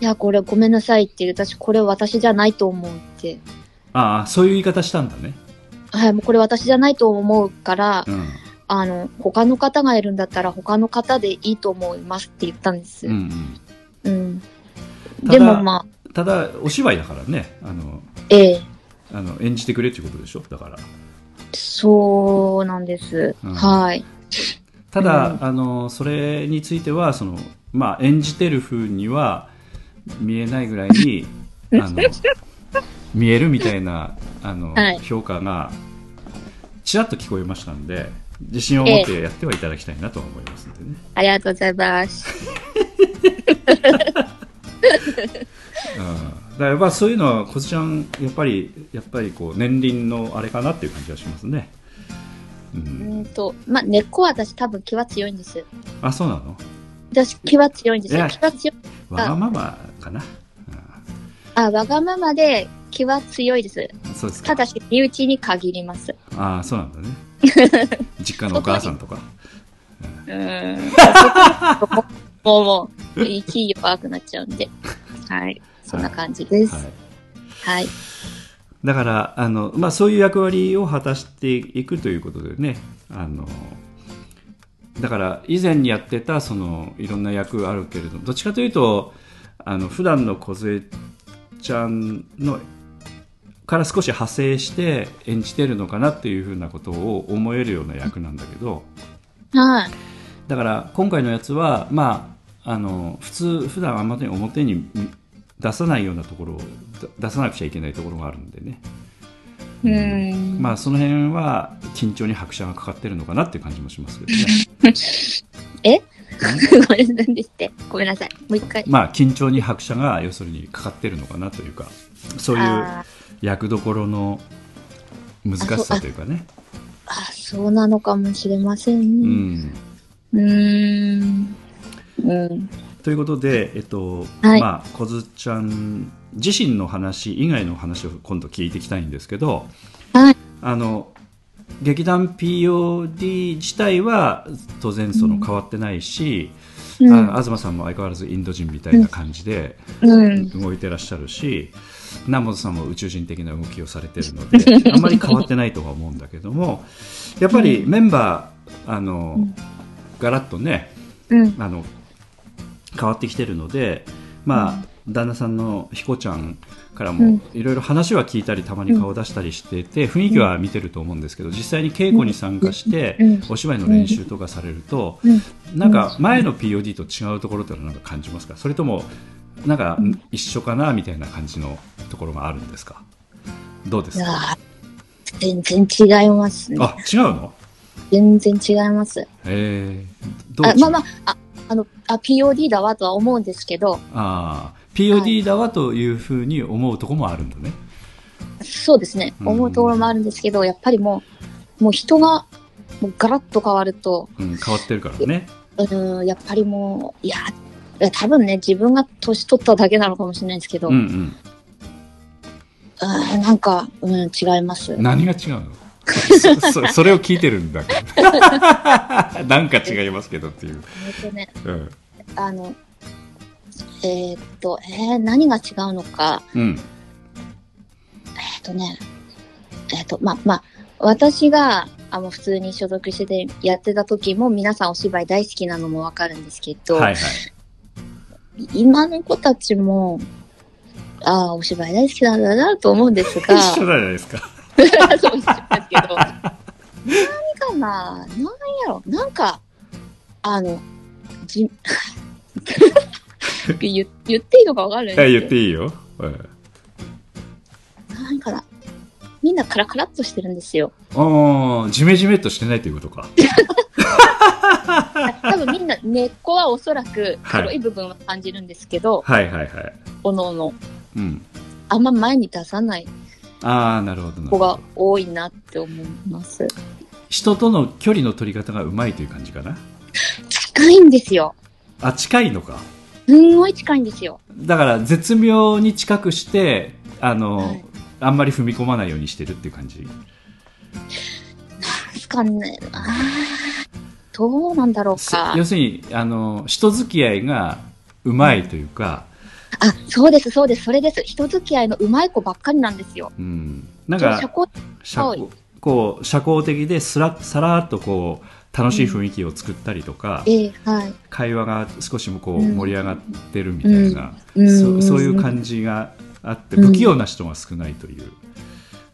Speaker 2: いや、これごめんなさいって、私、これ私じゃないと思うって。
Speaker 3: ああそういう言い方したんだね、
Speaker 2: はい、もうこれ私じゃないと思うから、
Speaker 3: うん
Speaker 2: あの、他の方がいるんだったら他の方でいいと思いますって言ったんです。
Speaker 3: うんうん、
Speaker 2: うん。
Speaker 3: ただ
Speaker 2: でもまあ、
Speaker 3: ただお芝居だからねあの
Speaker 2: ええ、
Speaker 3: あの演じてくれっていうことでしょだから
Speaker 2: そうなんです。
Speaker 3: うん
Speaker 2: はい。
Speaker 3: ただ、あのそれについてはその、まあ、演じてる風には見えないぐらいにあの見えるみたいなあの、
Speaker 2: はい
Speaker 3: 評価がちらっと聞こえましたんで自信を持ってやってはいただきたいなとは思いますんでね、
Speaker 2: ありがとうございます。
Speaker 3: うん、だからやっぱそういうのはこずちゃんやっぱりやっぱりこう年輪のあれかなっていう感じがしますね、う、
Speaker 2: うんーんと、まあ、根っこは私多分気は強いんです。
Speaker 3: あそうなの
Speaker 2: 私気は強いんです
Speaker 3: い
Speaker 2: よ。
Speaker 3: や
Speaker 2: 気は強い。
Speaker 3: わがままかな、
Speaker 2: あ、わがままで気は強いです。
Speaker 3: うん、そうですか
Speaker 2: ただし、身内に限ります。
Speaker 3: ああそうなんだね実家のお母さんとか
Speaker 2: うーん。もう、もう、息弱くなっちゃうんで。はい。そんな感じです。
Speaker 3: はい
Speaker 2: はい。
Speaker 3: だからあの、まあ、そういう役割を果たしていくということでねあのだから以前にやってたそのいろんな役あるけれどどっちかというとあの普段の梢ちゃんのから少し派生して演じてるのかなっていうふうなことを思えるような役なんだけど
Speaker 2: はい。
Speaker 3: だから今回のやつはまああの普通普段あんまり表に出さないようなところを出出さなくちゃいけないところがあるんでね
Speaker 2: うーん。
Speaker 3: まあその辺は緊張に拍車がかかってるのかなっていう感じもしますけどね。
Speaker 2: えごめんなさいでして。ごめんなさい。もう一回。
Speaker 3: まあ緊張に拍車が要するにかかってるのかなというか、そういう
Speaker 2: あー
Speaker 3: 役どころの難しさというかね。
Speaker 2: あー、そうなのかもしれません
Speaker 3: う
Speaker 2: ね。
Speaker 3: ん。
Speaker 2: うーん。うん。
Speaker 3: ということで、えっと、
Speaker 2: はい
Speaker 3: まあ小津ちゃん自身の話以外の話を今度聞いていきたいんですけど、
Speaker 2: はい
Speaker 3: あの劇団 POD 自体は当然その変わってないし、
Speaker 2: うん
Speaker 3: あ東さんも相変わらずインド人みたいな感じで
Speaker 2: うん。
Speaker 3: 動いてらっしゃるし、南本さんも宇宙人的な動きをされてるの であんまり変わってないとは思うんだけどもやっぱりメンバーあの、ガラッとね
Speaker 2: うん。
Speaker 3: あの変わってきてるので、まあ旦那さんの彦ちゃんからもいろいろ話は聞いたりたまに顔出したりしてて、雰囲気は見てると思うんですけど実際に稽古に参加して、
Speaker 2: うん
Speaker 3: お芝居の練習とかされると、
Speaker 2: うん
Speaker 3: なんか前の POD と違うところっていうのはなんか感じますかそれともなんか一緒かなみたいな感じのところがあるんですかどうですか
Speaker 2: あー全然違いますね。
Speaker 3: あ違うの
Speaker 2: 全然違います。
Speaker 3: えー、どう
Speaker 2: あ
Speaker 3: 違う
Speaker 2: まあまあ、あ、あの、あ、POD だわとは思うんですけど、
Speaker 3: ああ POD だわというふうに思うとこもあるんだね、
Speaker 2: そうですね。
Speaker 3: うん
Speaker 2: 思うところもあるんですけど、やっぱりもう、もう人が、もうガラッと変わると、
Speaker 3: うん、変わってるからね
Speaker 2: うん、やっぱりもう、いや、いや多分ね、自分が年取っただけなのかもしれないですけど、
Speaker 3: うんうん
Speaker 2: うんなんか、うん、違います。
Speaker 3: 何が違う のそそ それを聞いてるんだけどなんか違いますけどっていう、
Speaker 2: えっとね、
Speaker 3: うん
Speaker 2: あの、えーっと、えー何が違うのか、
Speaker 3: うん
Speaker 2: えっとね、えっと、まあ、まあ、私が、あの、普通に所属しててやってた時も皆さんお芝居大好きなのもわかるんですけど、
Speaker 3: はいはい
Speaker 2: 今の子たちも、ああ、お芝居大好きなんだなと思うんですが、
Speaker 3: 一
Speaker 2: そ
Speaker 3: 緒
Speaker 2: う
Speaker 3: じゃないですか
Speaker 2: 一緒ですけど、何かな、なんやろ、なんか、あの、じ、 言言っていいのかわかるん
Speaker 3: え言っ
Speaker 2: です
Speaker 3: ていいよ、うん
Speaker 2: けど、なんかな、みんなカラカラっとしてるんですよ。
Speaker 3: ああ、ジメジメっとしてないということか。
Speaker 2: 多分みんな根っこはおそらく黒い部分は感じるんですけど、
Speaker 3: はいはいはい。
Speaker 2: おのおの
Speaker 3: うん。
Speaker 2: あんま前に出さない
Speaker 3: ああ、なるほどなる
Speaker 2: 子
Speaker 3: ほ
Speaker 2: が
Speaker 3: ど。
Speaker 2: 多いなって思います。
Speaker 3: 人との距離の取り方がうまいという感じかな。
Speaker 2: 近いんですよ。
Speaker 3: あ、近いのか。
Speaker 2: すんごい近いんですよ。
Speaker 3: だから、絶妙に近くして、あの、
Speaker 2: はい
Speaker 3: あんまり踏み込まないようにしてるっていう感じ
Speaker 2: ですかね。あーどうなんだろう
Speaker 3: せ
Speaker 2: か。
Speaker 3: 要するにあの人付き合いがうまいというか、
Speaker 2: あ、そうです、そうです、それです。人付き合いの上手い子ばっかりなんですよ。
Speaker 3: うん、なんか
Speaker 2: 社交
Speaker 3: 社
Speaker 2: はい
Speaker 3: 交こう社交的ですらさらっとこう楽しい雰囲気を作ったりとか、
Speaker 2: ええはい。
Speaker 3: 会話が少しもこう
Speaker 2: うん
Speaker 3: 盛り上がってるみたいな、
Speaker 2: うんうん
Speaker 3: そそういう感じがあって
Speaker 2: うん
Speaker 3: 不器用な人が少ないという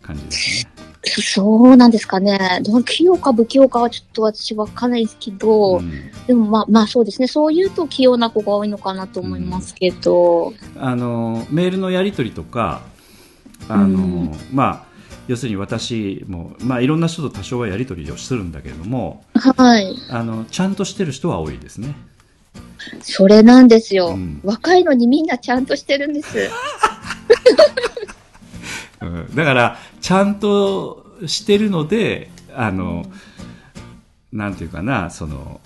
Speaker 3: 感じですね。
Speaker 2: そそうなんですかね。どう器用か不器用かはちょっと私わかんないですけど、
Speaker 3: うん
Speaker 2: でもまあまあそうですね。そういうと器用な子が多いのかなと思いますけど。
Speaker 3: あのメールのやり取りとかあの、
Speaker 2: うん
Speaker 3: まあ要するに私も、まあ、いろんな人と多少はやり取りをするんだけれども
Speaker 2: はい。
Speaker 3: あのちゃんとしてる人は多いですね。
Speaker 2: それなんですよ、
Speaker 3: うん
Speaker 2: 若いのにみんなちゃんとしてるん です。
Speaker 3: うんだからちゃんとしてるのであの、なんていうかなその、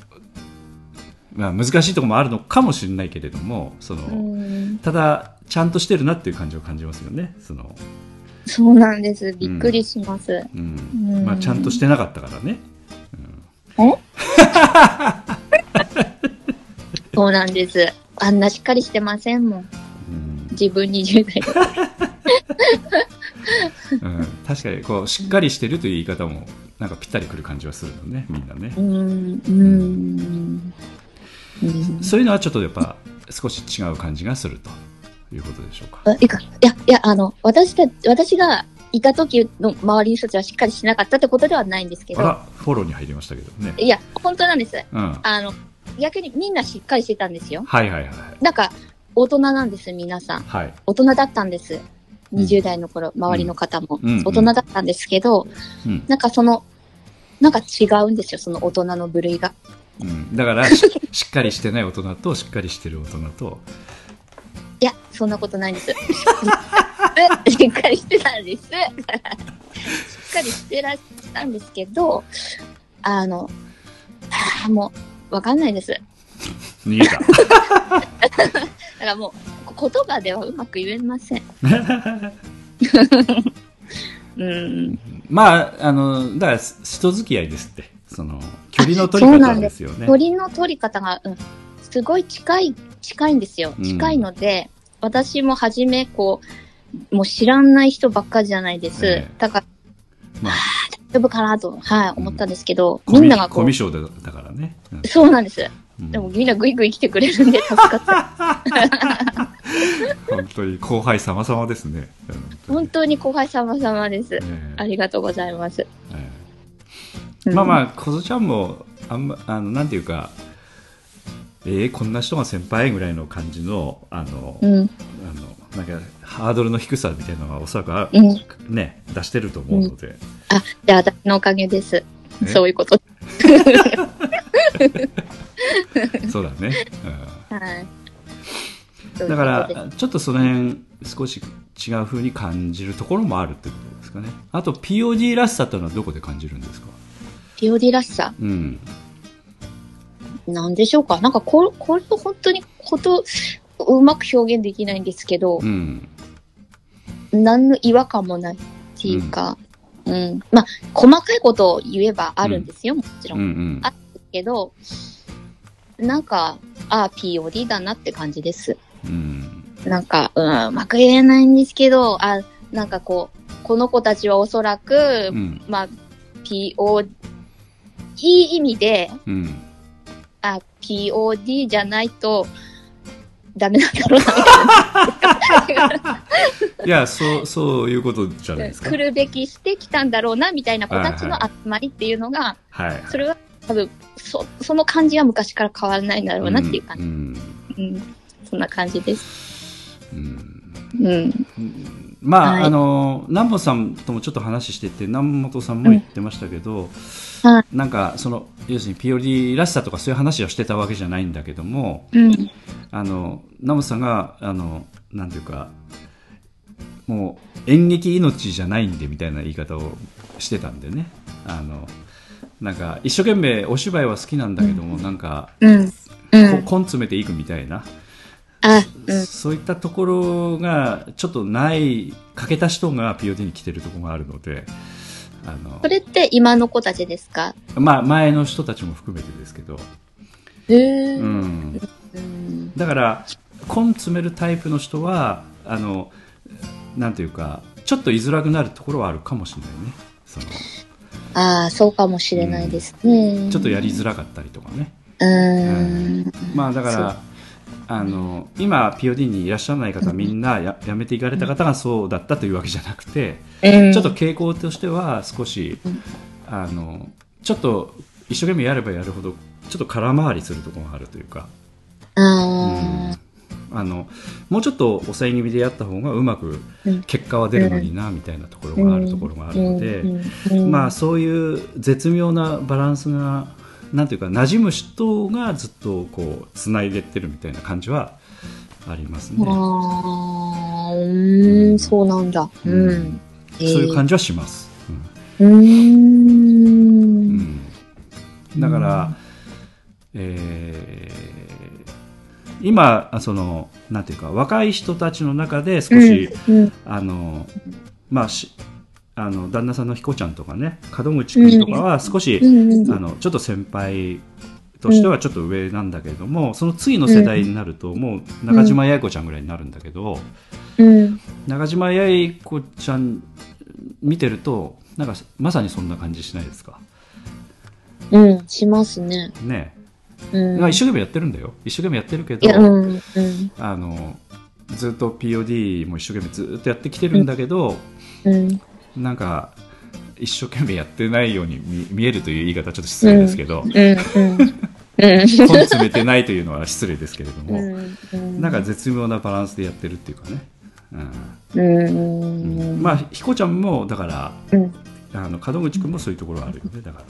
Speaker 3: まあ、難しいところもあるのかもしれないけれどもその、
Speaker 2: うん、
Speaker 3: ただちゃんとしてるなっていう感じを感じますよねその、
Speaker 2: そうなんです。びっくりします。
Speaker 3: うん
Speaker 2: うん
Speaker 3: まあ、ちゃんとしてなかったからね。
Speaker 2: そうなんです。あんなしっかりしてませんもん。
Speaker 3: うん
Speaker 2: 自分20代。
Speaker 3: うん、確かにこうしっかりしてるという言い方もなんかぴったりくる感じはするのねみんなね
Speaker 2: う、ん、うん。うん
Speaker 3: そういうのはちょっとやっぱ少し違う感じがするということでしょうか
Speaker 2: あいいかいや、いや、あの、私た私がいた時の周りの人たちはしっかりしなかったってことではないんですけ
Speaker 3: あ
Speaker 2: ど、
Speaker 3: らフォローに入りましたけどね、
Speaker 2: いや、本当なんです。
Speaker 3: うん、はい
Speaker 2: あの、逆にみんなしっかりしてたんですよ。
Speaker 3: はいはいはい
Speaker 2: なんか、大人なんです、皆さん。
Speaker 3: はい
Speaker 2: 大人だったんです。
Speaker 3: うん
Speaker 2: 20代の頃、周りの方も、
Speaker 3: うんうん
Speaker 2: 大人だったんですけど、
Speaker 3: うん
Speaker 2: なんかその、なんか違うんですよ、その大人の部類が。
Speaker 3: うん、だか らししっかりしてない大人としっかりしてる大人と
Speaker 2: いや、そんなことないんです。 えしっかりしてたんです。しっかりしてらしたんですけど、あの、あーもう、わかんないです。だ
Speaker 3: 逃げた
Speaker 2: からもう、こ言葉ではうまく言えません。 うん、
Speaker 3: まああのだから人付き合いですってその距離の取り
Speaker 2: あそうな
Speaker 3: 方
Speaker 2: んで
Speaker 3: ですすよね
Speaker 2: 鳥の取り方が、うん、すごい近い、近いんですよ。
Speaker 3: うん
Speaker 2: 近いので、私も初め、こう、もう知らない人ばっかじゃないです。
Speaker 3: ええ
Speaker 2: だから、
Speaker 3: まあ
Speaker 2: 大丈夫かなと、はい、思ったんですけど、
Speaker 3: コ
Speaker 2: みん
Speaker 3: ミ
Speaker 2: ながこ
Speaker 3: コ
Speaker 2: う
Speaker 3: ミ、ショだだからね、うん
Speaker 2: そうなんです。
Speaker 3: うん
Speaker 2: でもみんなグイグイ来てくれるんで 助かった。
Speaker 3: 本当に後輩様々ですねうん
Speaker 2: 本当に後輩様々です。
Speaker 3: ええ
Speaker 2: ありがとうございます。
Speaker 3: え
Speaker 2: う
Speaker 3: え
Speaker 2: ん
Speaker 3: まあまあ、こずちゃんも、あんま、あの、なんていうか、えー、こんな人が先輩ぐらいの感じの、あの、
Speaker 2: うん、
Speaker 3: あの、なんか、ハードルの低さみたいなのはおそらくあ、
Speaker 2: うん。
Speaker 3: ね、出してると思うので、
Speaker 2: あ、じゃあ私のおかげです
Speaker 3: え。
Speaker 2: そういうこと。
Speaker 3: そうだね。
Speaker 2: はい。
Speaker 3: う
Speaker 2: そういうこと
Speaker 3: ん、だか
Speaker 2: で
Speaker 3: ら、ちょっとその辺、少し違う風に感じるところもあるってことですかね。あと、POD らしさというのはどこで感じるんですか
Speaker 2: す、ピオディらしさ、
Speaker 3: うん。
Speaker 2: なんでしょうか。なんかこ、これと本当にこと、うまく表現できないんですけど
Speaker 3: う、ん。
Speaker 2: 何の違和感もないっていうか、うん。まあ、細かいことを言えばあるんですよ、もちろ。
Speaker 3: うんんうん。
Speaker 2: あけど、なんか、ああ、POD だなって感じです。
Speaker 3: うん。
Speaker 2: なんか、うん、うまく言えないんですけど、あ、なんかこう、この子たちはおそらく、
Speaker 3: うん。
Speaker 2: まあ、PO、いい意味で、
Speaker 3: うん。
Speaker 2: あ、POD じゃないと、ダメなんだろうな、
Speaker 3: いや、そう、そういうことじゃないですか
Speaker 2: 来。るべきしてきたんだろうな、みたいな子たちの集まりっていうのが、
Speaker 3: はい。
Speaker 2: それは多分、そ、その感じは昔から変わらないんだろうなっていう感じ。
Speaker 3: ん
Speaker 2: うん。そんな感じです。
Speaker 3: うん
Speaker 2: うん。
Speaker 3: うんまあ、
Speaker 2: はい
Speaker 3: あの南本さんともちょっと話してて南本さんも言ってましたけど、
Speaker 2: うんは
Speaker 3: なんかその要するにピオリらしさとかそういう話をしてたわけじゃないんだけども
Speaker 2: うん。
Speaker 3: あの南本さんがあのなんていうかもう演劇命じゃないんでみたいな言い方をしてたんでねあのなんか一生懸命お芝居は好きなんだけども、なんか
Speaker 2: うん。う
Speaker 3: こ
Speaker 2: ん。
Speaker 3: 根詰めていくみたいな、
Speaker 2: あ、うん。
Speaker 3: そういったところがちょっとない欠けた人が POD に来てるところがあるのであの
Speaker 2: それって今の子たちですか
Speaker 3: まあ前の人たちも含めてですけど、
Speaker 2: へえ
Speaker 3: う
Speaker 2: うん
Speaker 3: ん、
Speaker 2: うん
Speaker 3: だから根詰めるタイプの人はあのなんていうかちょっと居づらくなるところはあるかもしれないねその
Speaker 2: ああ、そうかもしれないですね。
Speaker 3: ちょっとやりづらかったりとかね、
Speaker 2: うーん。
Speaker 3: まあだか
Speaker 2: そ
Speaker 3: らあの今 POD にいらっしゃらない方みんなややめていかれた方がそうだったというわけじゃなくて、
Speaker 2: うん
Speaker 3: ちょっと傾向としては少し、あのちょっと一生懸命やればやるほどちょっと空回りするところがあるというか、
Speaker 2: あー
Speaker 3: あのもうちょっと抑え気味でやった方がうまく
Speaker 2: うん
Speaker 3: 結果は出るのにな、みたいなところがあるところがあるので、
Speaker 2: うんうんうん
Speaker 3: まあそういう絶妙なバランスがなんていうか馴染む人がずっとこうつないでってるみたいな感じはありますね、
Speaker 2: あーうーん、そうなんだ。うん。
Speaker 3: うんそういう感じはします、うん
Speaker 2: じ。うー。
Speaker 3: うんんだから、えー今あそのなんていうか若い人たちの中で少し、
Speaker 2: うん。
Speaker 3: あのまあしあの旦那さんの彦ちゃんとかね門口君とかは少し、
Speaker 2: うんうん
Speaker 3: あのちょっと先輩としてはちょっと上なんだけれども、その次の世代になるともう中島八重子ちゃんぐらいになるんだけど、
Speaker 2: うん。
Speaker 3: 中島八重子ちゃん見てるとなんかまさにそんな感じしないですか
Speaker 2: うん。しますね。
Speaker 3: ねえ、
Speaker 2: うん。
Speaker 3: まあ一生懸命やってるんだよ一生懸命やってるけ
Speaker 2: い
Speaker 3: ど、
Speaker 2: や、うん。うん。
Speaker 3: あのずっと POD も一生懸命ずっとやってきてるんだけど、
Speaker 2: うん。
Speaker 3: なんか一生懸命やってないように見見えるという言い方はちょっと失礼ですけど、
Speaker 2: うん。う ん。う
Speaker 3: 根詰めてないというのは失礼ですけれども、
Speaker 2: ん。うん。
Speaker 3: なんか絶妙なバランスでやってるっていうかね、
Speaker 2: うん。
Speaker 3: う
Speaker 2: うんん。
Speaker 3: まあ彦ちゃんもだから
Speaker 2: うん
Speaker 3: あの門口君もそういうところはあるよねだか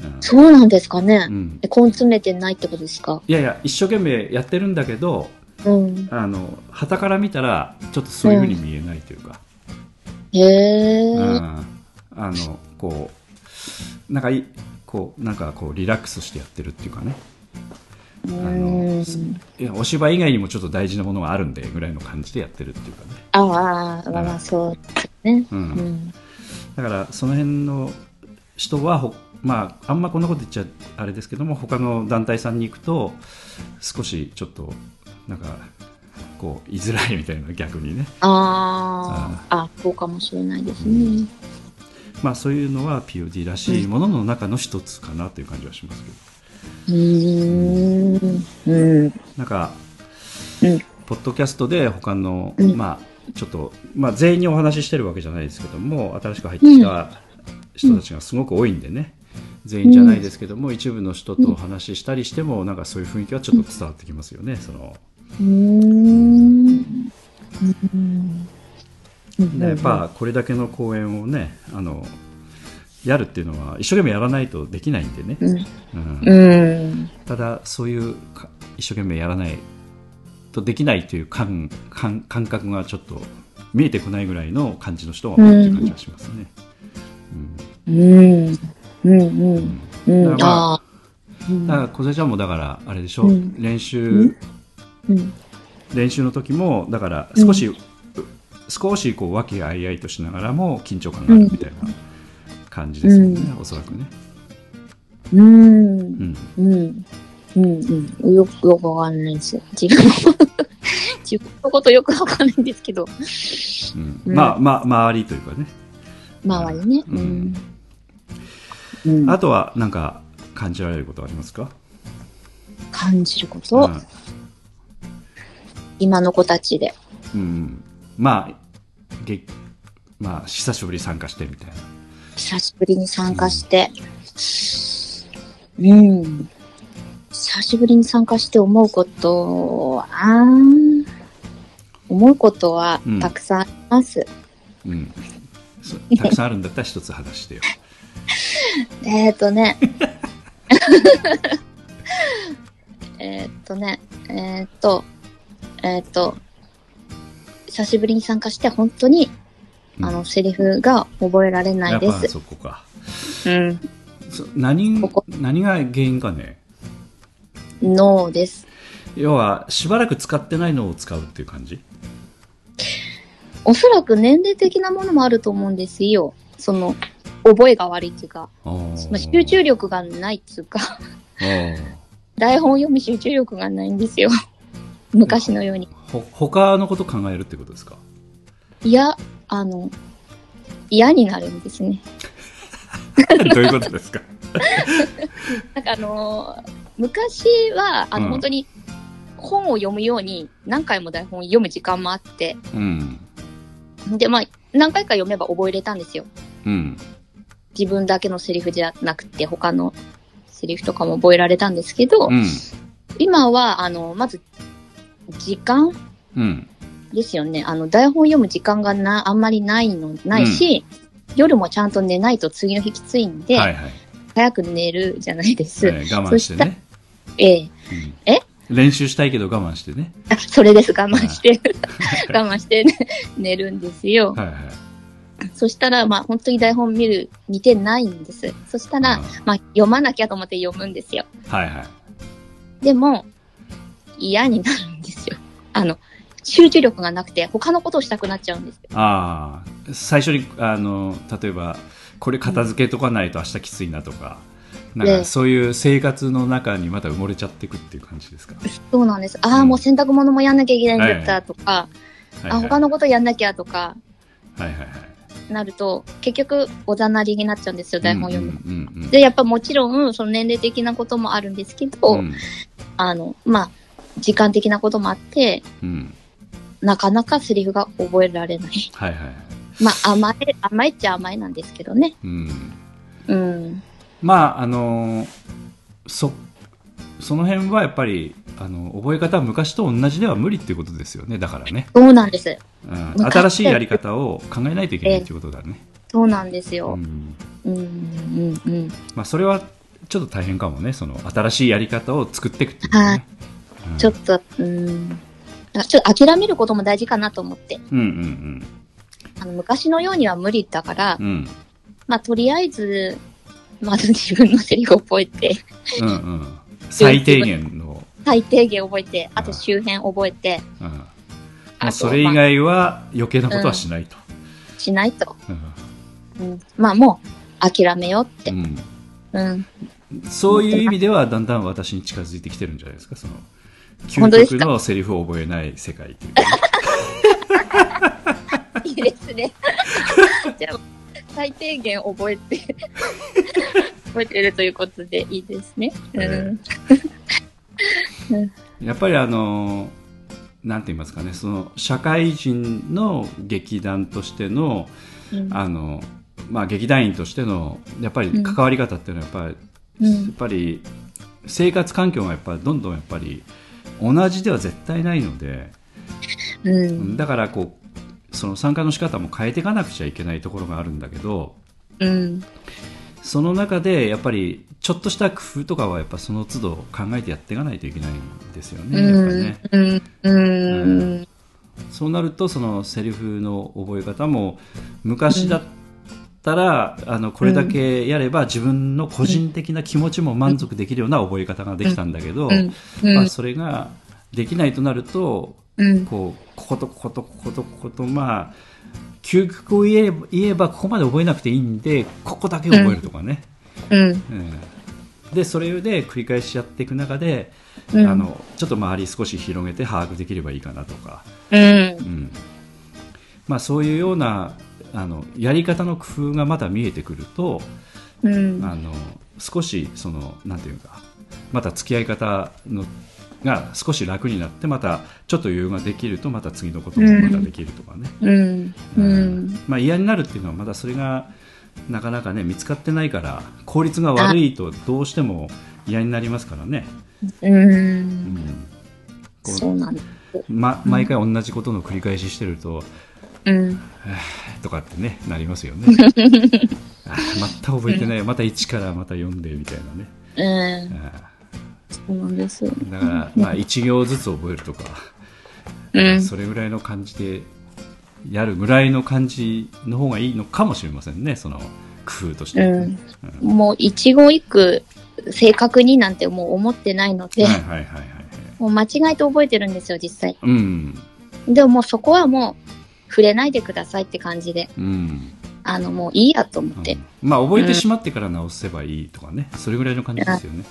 Speaker 3: らね、
Speaker 2: そうなんですかね
Speaker 3: うん。うん
Speaker 2: え、根詰めてないってことですか
Speaker 3: いやいや一生懸命やってるんだけど
Speaker 2: うん。
Speaker 3: あの旗から見たらちょっとそういうふうに見えないというか、
Speaker 2: へえ。
Speaker 3: うんあのこうなんかいこうなんかこうリラックスしてやってるっていうかね
Speaker 2: う
Speaker 3: あの
Speaker 2: ん。
Speaker 3: いやお芝居以外にもちょっと大事なものがあるんでぐらいの感じでやってるっていうかね、
Speaker 2: ああ、まあまあ、そうですね。
Speaker 3: うん
Speaker 2: うん。
Speaker 3: だからその辺の人はほまああんまこんなこと言っちゃあれですけども他の団体さんに行くと少しちょっとなんかこう居づらいみたいな逆にね
Speaker 2: ああ、あそうかもしれないですね。
Speaker 3: まあそういうのは POD らしいものの中の一つかなという感じはしますけど
Speaker 2: うーん。うん。
Speaker 3: なんか、
Speaker 2: うん
Speaker 3: ポッドキャストで他の、
Speaker 2: うん
Speaker 3: まあちょっと、まあ、全員にお話ししてるわけじゃないですけども新しく入ってきた人たちがすごく多いんでね、全員じゃないですけども、一部の人とお話ししたりしてもなんかそういう雰囲気はちょっと伝わってきますよね。その
Speaker 2: うーん。うん
Speaker 3: でやっぱこれだけの公演をねあのやるっていうのは一生懸命やらないとできないんでね、
Speaker 2: うん
Speaker 3: うん
Speaker 2: うん。
Speaker 3: ただそういうか一生懸命やらないとできないという感感感覚がちょっと見えてこないぐらいの感じの人が多いっていう感じがしますね。
Speaker 2: うん。うん。うん。
Speaker 3: うん
Speaker 2: うん。ああ。
Speaker 3: だから小瀬ちゃんもだからあれでしょ、
Speaker 2: うん
Speaker 3: 練習、
Speaker 2: うん。
Speaker 3: 練習の時もだから少し、少しこう和気あいあいとしながらも緊張感があるみたいな感じですよね、おそらくね。
Speaker 2: うん
Speaker 3: う。ん
Speaker 2: うん。うん。うん。よく、よくわかんないです。自分の自分のことよくわかんないんですけど、
Speaker 3: うん
Speaker 2: うん
Speaker 3: まあまあ周りというかね。
Speaker 2: 周りね。
Speaker 3: う
Speaker 2: うんん。うん
Speaker 3: あとはなんか感じられることはありますか？
Speaker 2: 感じること、
Speaker 3: うん
Speaker 2: 今の子たちで。
Speaker 3: うん、まあ、げまあ、久しぶりに参加してみたいな。
Speaker 2: 久しぶりに参加して、うん。久しぶりに参加して思うことは、あー思うことは
Speaker 3: うん
Speaker 2: たくさんあります。
Speaker 3: うん、 そたくさんあるんだったら一つ話してよ。
Speaker 2: えっ、ー、と ね。えっとね、えっ、と、えっ、と、久しぶりに参加して本当に、
Speaker 3: うん
Speaker 2: あの、セリフが覚えられないで
Speaker 3: やっぱ
Speaker 2: す。
Speaker 3: そこか。
Speaker 2: うん。
Speaker 3: そ何
Speaker 2: ここ
Speaker 3: 何が原因かね。
Speaker 2: 脳です。
Speaker 3: 要は、しばらく使ってないのを使うっていう感じ。
Speaker 2: おそらく年齢的なものもあると思うんですよ。その、覚えが悪いっていうか、その集中力がないっていうか、 台本読む集中力がないんですよ。昔のように。
Speaker 3: ほ他のこと考えるってことですか
Speaker 2: いや、あの、嫌になるんですね。
Speaker 3: どういうことですか
Speaker 2: なんかあのー昔は、あの、
Speaker 3: うん
Speaker 2: 本当に、本を読むように何回も台本を読む時間もあって、
Speaker 3: うん
Speaker 2: で、まあ、何回か読めば覚えれたんですよ。
Speaker 3: うん
Speaker 2: 自分だけのセリフじゃなくて、他のセリフとかも覚えられたんですけど、
Speaker 3: うん
Speaker 2: 今は、あの、まず、時間
Speaker 3: うん
Speaker 2: ですよね。あの、台本読む時間がな、あんまりないの、ないし、夜もちゃんと寝ないと次の日きついんで、
Speaker 3: はいはい、
Speaker 2: 早く寝るじゃないです。
Speaker 3: えー我慢してね、
Speaker 2: ええ
Speaker 3: うん
Speaker 2: え
Speaker 3: 練習したいけど我慢してね
Speaker 2: あ それです、我慢して、 我慢して、ね、寝るんですよ。
Speaker 3: はいはい
Speaker 2: そしたら、まあ、本当に台本見る、似てないんです。そしたら、
Speaker 3: うん
Speaker 2: まあ、読まなきゃと思って読むんですよ。
Speaker 3: はいはい
Speaker 2: でも、嫌になるんですよ。あの、集中力がなくて、他のことをしたくなっちゃうんですよ。
Speaker 3: ああ最初にあの例えばこれ片付けとかないと明日きついなとか、なん
Speaker 2: ね
Speaker 3: かそういう生活の中にまた埋もれちゃっていくっていう感じですか、
Speaker 2: そうなんです。ああ、
Speaker 3: うん
Speaker 2: もう洗濯物もやんなきゃいけないんだっ
Speaker 3: は
Speaker 2: たとか、
Speaker 3: はい
Speaker 2: あ、
Speaker 3: はい、
Speaker 2: 他のことやんなきゃとか、
Speaker 3: はいはいはい
Speaker 2: なると、結局、おざなりになっちゃうんですよ、台本読む。
Speaker 3: うんうんうんうん
Speaker 2: で、やっぱもちろん、その年齢的なこともあるんですけど、
Speaker 3: うん
Speaker 2: あの、まあ、時間的なこともあって、
Speaker 3: うん
Speaker 2: なかなかセリフが覚えられない。
Speaker 3: はいはいはい
Speaker 2: まあ、甘え、甘えっちゃ甘えなんですけどね。
Speaker 3: うん
Speaker 2: うん。
Speaker 3: まああのそその辺はやっぱりあの覚え方は昔と同じでは無理っていうことですよねだからね、
Speaker 2: そうなんです。
Speaker 3: うん、
Speaker 2: 昔
Speaker 3: 新しいやり方を考えないといけないっていうことだね、
Speaker 2: そうなんですよ。
Speaker 3: うん
Speaker 2: うんうんうん。
Speaker 3: まあ、それはちょっと大変かもねその新しいやり方を作っていくっていうのはね、うん
Speaker 2: ちょっと、うん。あちょっと諦めることも大事かなと思って。
Speaker 3: うんうん
Speaker 2: あの昔のようには無理だから、
Speaker 3: うんうん
Speaker 2: まあ、とりあえず、まず自分のセリフを覚えて、
Speaker 3: う んうん最低限の、
Speaker 2: 最低限覚えて、あと
Speaker 3: うん
Speaker 2: 周辺覚えて、
Speaker 3: うんま
Speaker 2: あ
Speaker 3: あ、
Speaker 2: と
Speaker 3: それ以
Speaker 2: ま
Speaker 3: 外は余計なことはしないと、
Speaker 2: あしないと。
Speaker 3: うん
Speaker 2: うん。まあ、もう、諦めようって。
Speaker 3: うん
Speaker 2: うん。
Speaker 3: そういう意味ではだんだん私に近づいてきてるんじゃないですかその
Speaker 2: 本当で
Speaker 3: 究
Speaker 2: す
Speaker 3: 極
Speaker 2: か
Speaker 3: のセリフを覚えない世界 というかね、
Speaker 2: いいですね。じゃあ、最低限覚えて、覚えてるということでいいですね。うん。
Speaker 3: えやっぱりあのなんて言いますかねその社会人の劇団としての
Speaker 2: うん
Speaker 3: あの、まあ、劇団員としてのやっぱ
Speaker 2: う
Speaker 3: り
Speaker 2: ん
Speaker 3: 関わり方っていうのはやっぱり、
Speaker 2: うん
Speaker 3: やっぱり生活環境がやっぱりどんどんやっぱり同じでは絶対ないので、
Speaker 2: うん。
Speaker 3: だからこうその参加の仕方も変えていかなくちゃいけないところがあるんだけど
Speaker 2: うん。
Speaker 3: その中でやっぱりちょっとした工夫とかはやっぱその都度考えてやっていかないといけないんですよね。やっぱりね
Speaker 2: うん。うん。
Speaker 3: そうなるとそのセリフの覚え方も昔だったら、あのこれだけやれば自分の個人的な気持ちも満足できるような覚え方ができたんだけ
Speaker 2: う
Speaker 3: ど、
Speaker 2: ん。うん
Speaker 3: まあ、それができないとなると
Speaker 2: うん。
Speaker 3: こうこことこことこことこことまあ究極を言えば言えばここまで覚えなくていいんでここだけ覚えるとかね。
Speaker 2: うん。
Speaker 3: うんでそれで繰り返しやっていく中で、
Speaker 2: うん
Speaker 3: あのちょっと周り少し広げて把握できればいいかなとか、
Speaker 2: うん
Speaker 3: う。んまあ、そういうようなあのやり方の工夫がまた見えてくると
Speaker 2: うん。
Speaker 3: あの少しそのなんていうかまた付き合い方のが少し楽になってまたちょっと余裕ができるとまた次のこともまたできるとかね、
Speaker 2: うん。うん。
Speaker 3: まあ、嫌になるっていうのはまだそれがなかなかね見つかってないから効率が悪いとどうしても嫌になりますからね、
Speaker 2: うん。
Speaker 3: うんこう
Speaker 2: そうなんだ。
Speaker 3: ま、毎回同じことの繰り返ししてると
Speaker 2: うん。
Speaker 3: とかってねなりま すよねあーまた覚えてないまた1からまた読んでみたいなね
Speaker 2: うん。
Speaker 3: あ
Speaker 2: そうなんです。
Speaker 3: ーだから、まあ、1行ずつ覚えるとか、
Speaker 2: うん
Speaker 3: それぐらいの感じでやるぐらいの感じの方がいいのかもしれませんねその工夫としてはね、
Speaker 2: うんもう、一語一句、正確になんてもう思ってないので
Speaker 3: はい、はいはいはいはい
Speaker 2: もう間違えて覚えてるんですよ、実際。
Speaker 3: うん
Speaker 2: でももうそこはもう、触れないでくださいって感じで、
Speaker 3: うん
Speaker 2: あの、もういいやと思って
Speaker 3: う、んまあ覚えてしまってから直せばいいとかね、それぐらいの感じですよね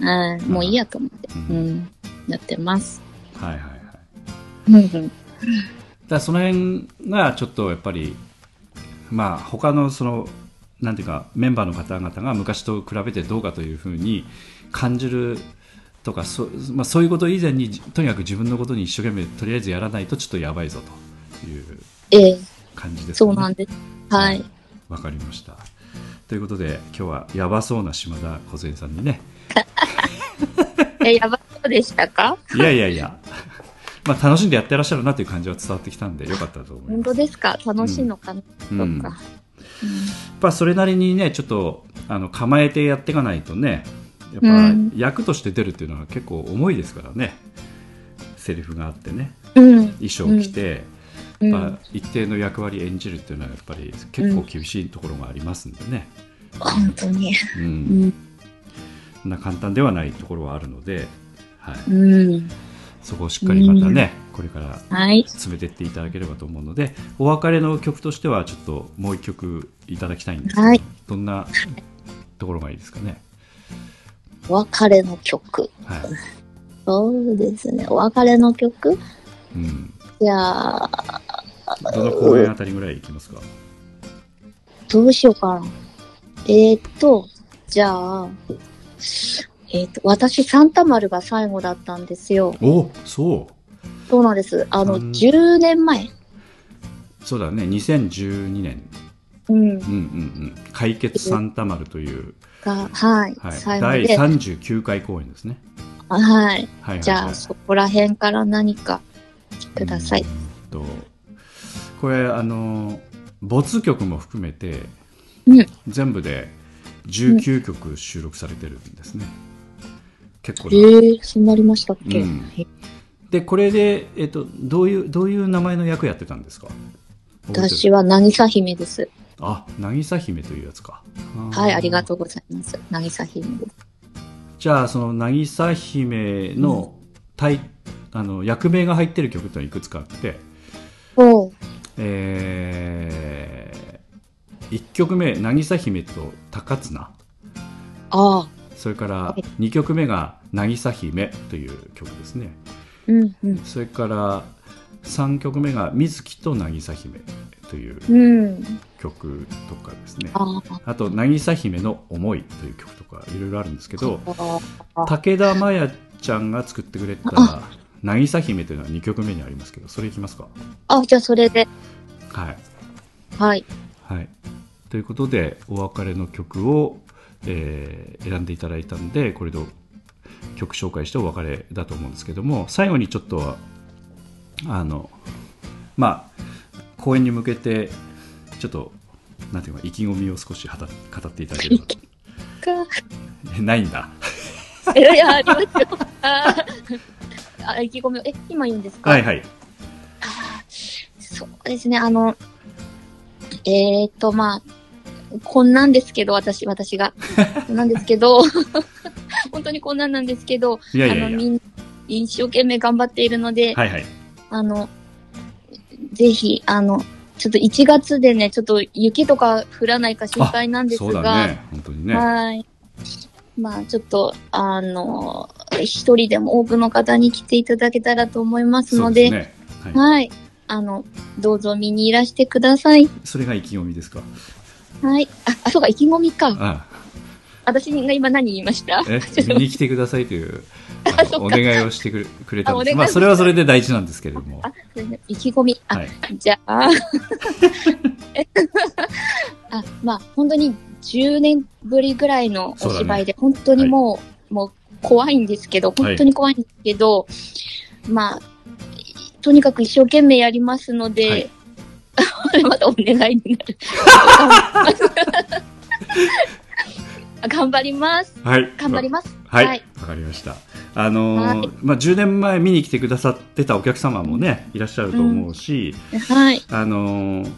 Speaker 2: うん、もういいやと思って、
Speaker 3: う
Speaker 2: うんん、やってます。
Speaker 3: はいはいはいだか
Speaker 2: うんうん。
Speaker 3: らその辺がちょっとやっぱりまあ他のそのなんていうかメンバーの方々が昔と比べてどうかというふうに感じるとかそ,、まあ、そういうこと以前にとにかく自分のことに一生懸命とりあえずやらないとちょっとやばいぞという
Speaker 2: ええ
Speaker 3: 感じです
Speaker 2: そ
Speaker 3: ね
Speaker 2: うなんです。はい。
Speaker 3: わかりました。ということで今日はやばそうな島田梢さんにね
Speaker 2: え、やばそうでしたか
Speaker 3: いやいやいや まあ楽しんでやってらっしゃるなという感じは伝わってきたんでよかったと思い
Speaker 2: 本
Speaker 3: ます。
Speaker 2: 当ですか楽しいのかな、
Speaker 3: うん
Speaker 2: とか。
Speaker 3: やっぱそれなりにねちょっとあの構えてやっていかないとねやっぱ
Speaker 2: うん
Speaker 3: 役として出るっていうのは結構重いですからねセリフがあってね
Speaker 2: うん。
Speaker 3: 衣装を着て、
Speaker 2: う
Speaker 3: やっ
Speaker 2: ん
Speaker 3: ぱ。一定の役割演じるっていうのはやっぱり結構厳しいところがありますんでね、
Speaker 2: 本当に。
Speaker 3: うん
Speaker 2: うん。
Speaker 3: そんな簡単ではないところはあるので、はい、
Speaker 2: うん。
Speaker 3: そこをしっかりまたね、これから
Speaker 2: はい。
Speaker 3: 詰めていっていただければと思うのでお別れの曲としてはちょっともう一曲いただきたいんですけど、
Speaker 2: はい
Speaker 3: どんなところがいいですかね、
Speaker 2: お別れの曲。
Speaker 3: はい
Speaker 2: そうですね。お別れの曲
Speaker 3: うん、
Speaker 2: じゃあ、
Speaker 3: どの公演あたりぐらい行きますか
Speaker 2: どうしようかな。えー、っと、じゃあ、えーっと、私、サンタマルが最後だったんですよ。
Speaker 3: おそ
Speaker 2: そうなんです。あの、
Speaker 3: うん
Speaker 2: 10年前。
Speaker 3: うそうだね2012年、
Speaker 2: うん。
Speaker 3: うんうんうん、解決サンタマルという、
Speaker 2: が、はい。
Speaker 3: はい、
Speaker 2: 最後
Speaker 3: 第
Speaker 2: で。
Speaker 3: 39回公演ですね
Speaker 2: はい。
Speaker 3: はいはい、はい、
Speaker 2: じゃあ、そこら辺から何かください。
Speaker 3: うんとこれあの没曲も含めて、
Speaker 2: うん
Speaker 3: 全部で19曲収録されてるんですね、結構
Speaker 2: え
Speaker 3: な、
Speaker 2: ー、そうなりましたっけ、
Speaker 3: うん
Speaker 2: え
Speaker 3: でこれで、えっと、どういうどういう名前の役やってたんですか
Speaker 2: 私
Speaker 3: は
Speaker 2: は、渚姫です。
Speaker 3: あ渚姫というやつか
Speaker 2: はい、ありが
Speaker 3: う
Speaker 2: とうございます。渚姫です。
Speaker 3: じゃあその渚姫の,、対あの役名が入ってる曲というのはいくつかあって
Speaker 2: おう。
Speaker 3: え1曲目「渚姫と高綱」
Speaker 2: ああ。
Speaker 3: それから
Speaker 2: い
Speaker 3: 2曲目が「渚姫」という曲ですね
Speaker 2: うん、うん。
Speaker 3: それから3曲目が「水木と渚姫」という
Speaker 2: うん。
Speaker 3: 曲とかですね
Speaker 2: ああ。
Speaker 3: あと「渚姫の思い」という曲とかいろいろあるんですけど
Speaker 2: あ
Speaker 3: 武田真弥ちゃんが作ってくれた「渚姫」というのは2曲目にありますけどそれいきますか
Speaker 2: あ、あじゃあそれで。
Speaker 3: はい
Speaker 2: はい。
Speaker 3: はい、ということでお別れの曲を、えー選んでいただいたんでこれで曲紹介してお別れだと思うんですけども最後にちょっとあのまあ公演に向けてちょっとなんていうか意気込みを少しはた語っていただ ければないんだ
Speaker 2: いやいや、ありますよ。あーあ、意気込みを。え、今いいんですか
Speaker 3: はいはい
Speaker 2: そうですね、あの、えー、っと、まあ、こんなんですけど、私、私が。こんなんですけど、 本当にこんなんなんですけど、
Speaker 3: いやいやいや
Speaker 2: あの、みん、一生懸命頑張っているので、
Speaker 3: はいはい
Speaker 2: あの、ぜひ、あの、ちょっと1月でね、ちょっと雪とか降らないか心配なんです
Speaker 3: そう
Speaker 2: が、
Speaker 3: だね本当にね
Speaker 2: はい。まあ、ちょっと、あの、一人でも多くの方に来ていただけたらと思います
Speaker 3: そ
Speaker 2: の
Speaker 3: う
Speaker 2: で、
Speaker 3: ですねはい、
Speaker 2: はい。あの、どうぞ見にいらしてください。
Speaker 3: それが意気込みですか。
Speaker 2: はい。あ、あそうか、意気込みか。
Speaker 3: あ
Speaker 2: 私が今何言いました
Speaker 3: え見に来てくださいという あのお願いをしてくれくれたんで
Speaker 2: あお
Speaker 3: す
Speaker 2: 願い
Speaker 3: まあ、それはそれで大事なんですけれども
Speaker 2: あ、すいません意気込み。あ、
Speaker 3: はい
Speaker 2: じゃ あ。えあ、まあ、本当に10年ぶりぐらいのお芝居で、本当にもう、もう怖いんですけど、本当に怖いんですけど、まあ、とにかく一生懸命やりますので、
Speaker 3: はい
Speaker 2: またお願いにな る。頑張ります。
Speaker 3: はい
Speaker 2: 頑張ります。
Speaker 3: はいわ、
Speaker 2: はい
Speaker 3: かりましたあのー
Speaker 2: はい
Speaker 3: まあ、10年前見に来てくださってたお客様もねいらっしゃると思うし、
Speaker 2: はい。
Speaker 3: あのー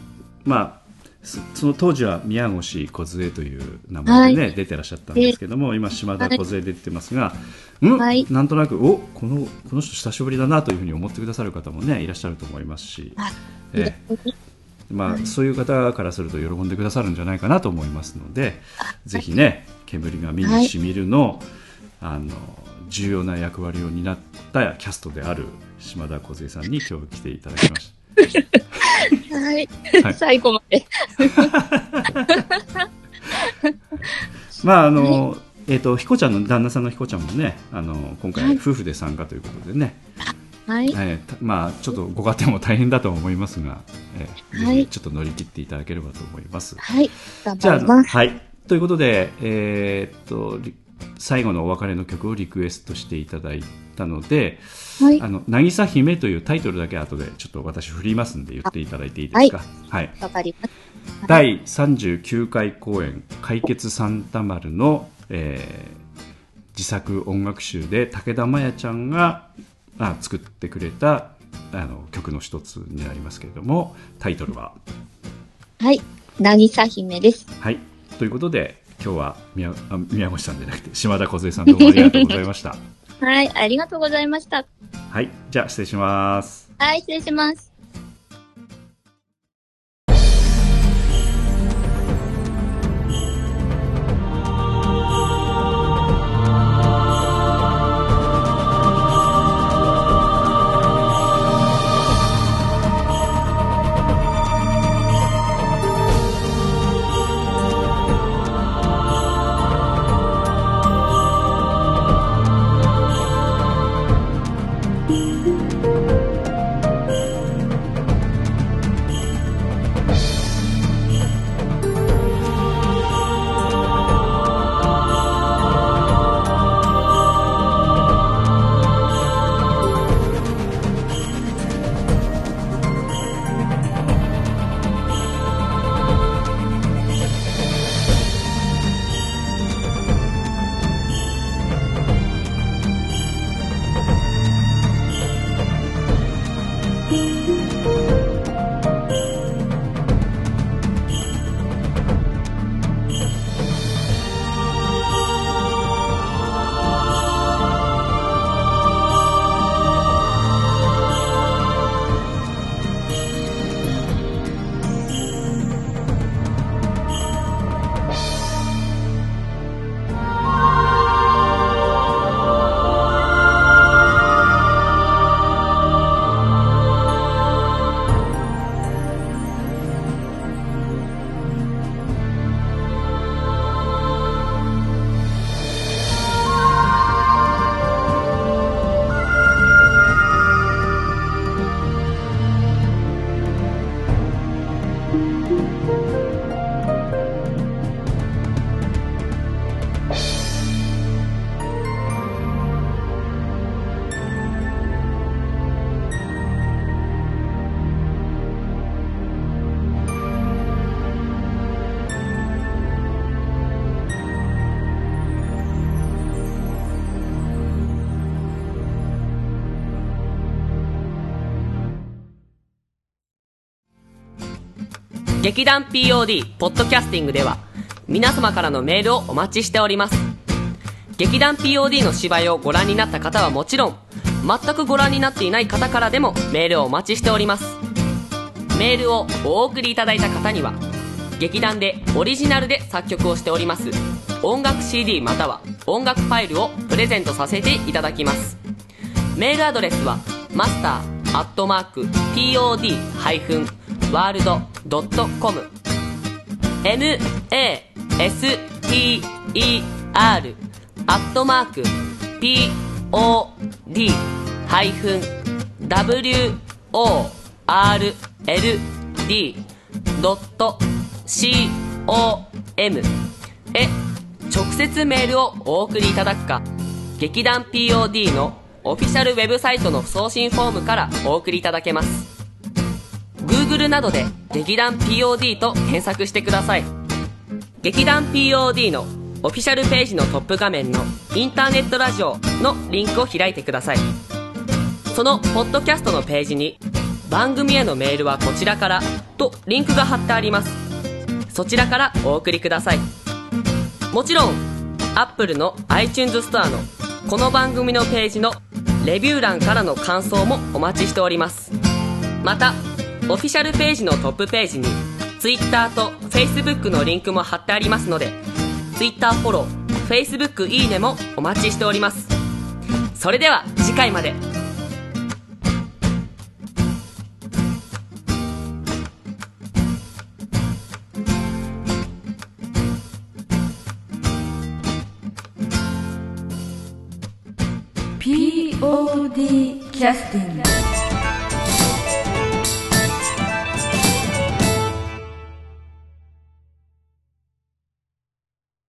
Speaker 3: まあそその当時は宮越梢という名前でね、
Speaker 2: はい
Speaker 3: 出てらっしゃったんですけども今島田梢出てますが、うん、
Speaker 2: はい
Speaker 3: なんとなくおこのこの人久しぶりだなというふうに思ってくださる方もねいらっしゃると思いますし、
Speaker 2: あ
Speaker 3: ええまあ、そういう方からすると喜んでくださるんじゃないかなと思いますのでぜひね「煙が身にしみるの」あの重要な役割を担ったキャストである島田梢さんに今日来ていただきまし
Speaker 2: は
Speaker 3: た。
Speaker 2: い
Speaker 3: はい。
Speaker 2: 最後まで。
Speaker 3: まああの、えっ、と彦ちゃんの旦那さんの彦ちゃんもねあの今
Speaker 2: は
Speaker 3: 回
Speaker 2: い
Speaker 3: 夫婦で参加ということでね、
Speaker 2: はい。
Speaker 3: えーたまあちょっとご家庭も大変だと思いますが、えー
Speaker 2: はい
Speaker 3: ぜひちょっと乗り切っていただければと思います。
Speaker 2: はい。頑
Speaker 3: じゃ
Speaker 2: 張
Speaker 3: あ
Speaker 2: ります。
Speaker 3: はいということでえーっとリ最後のお別れの曲をリクエストしていただいたので
Speaker 2: はい
Speaker 3: 「あ。の渚姫」というタイトルだけ後でちょっと私振りますんで言っていただいていいですか。はい
Speaker 2: 頑張ります。
Speaker 3: 第39回公演「解決サンタ丸の」えー自作音楽集で武田真弥ちゃんがあ作ってくれたあの曲の一つになりますけれどもタイトルは
Speaker 2: はい。なぎさ姫です。
Speaker 3: はいということで今日は宮あ宮越さんじゃなくて島田梢さんどうもありがとうございました
Speaker 2: はい。ありがとうございました。
Speaker 3: はいじゃあ失礼します
Speaker 2: はい。失礼します。
Speaker 1: 劇団 POD ポッドキャスティングでは皆様からのメールをお待ちしております劇団 POD の芝居をご覧になった方はもちろん全くご覧になっていない方からでもメールをお待ちしておりますメールをお送りいただいた方には劇団でオリジナルで作曲をしております音楽 CD または音楽ファイルをプレゼントさせていただきますメールアドレスはマスターアットマーク POD-world.com master アットマーク pod-world.com へ直接メールをお送りいただくか劇団 POD のオフィシャルウェブサイトの送信フォームからお送りいただけます Google などで劇団 POD と検索してください劇団 POD のオフィシャルページのトップ画面のインターネットラジオのリンクを開いてくださいそのポッドキャストのページに番組へのメールはこちらからとリンクが貼ってありますそちらからお送りくださいもちろん Apple の iTunes ストアのこの番組のページのレビュー欄からの感想もお待ちしておりますまたオフィシャルページのトップページに Twitter と Facebook のリンクも貼ってありますので Twitter フォロー Facebook いいねもお待ちしておりますそれでは次回まで
Speaker 5: ー POD キャスティング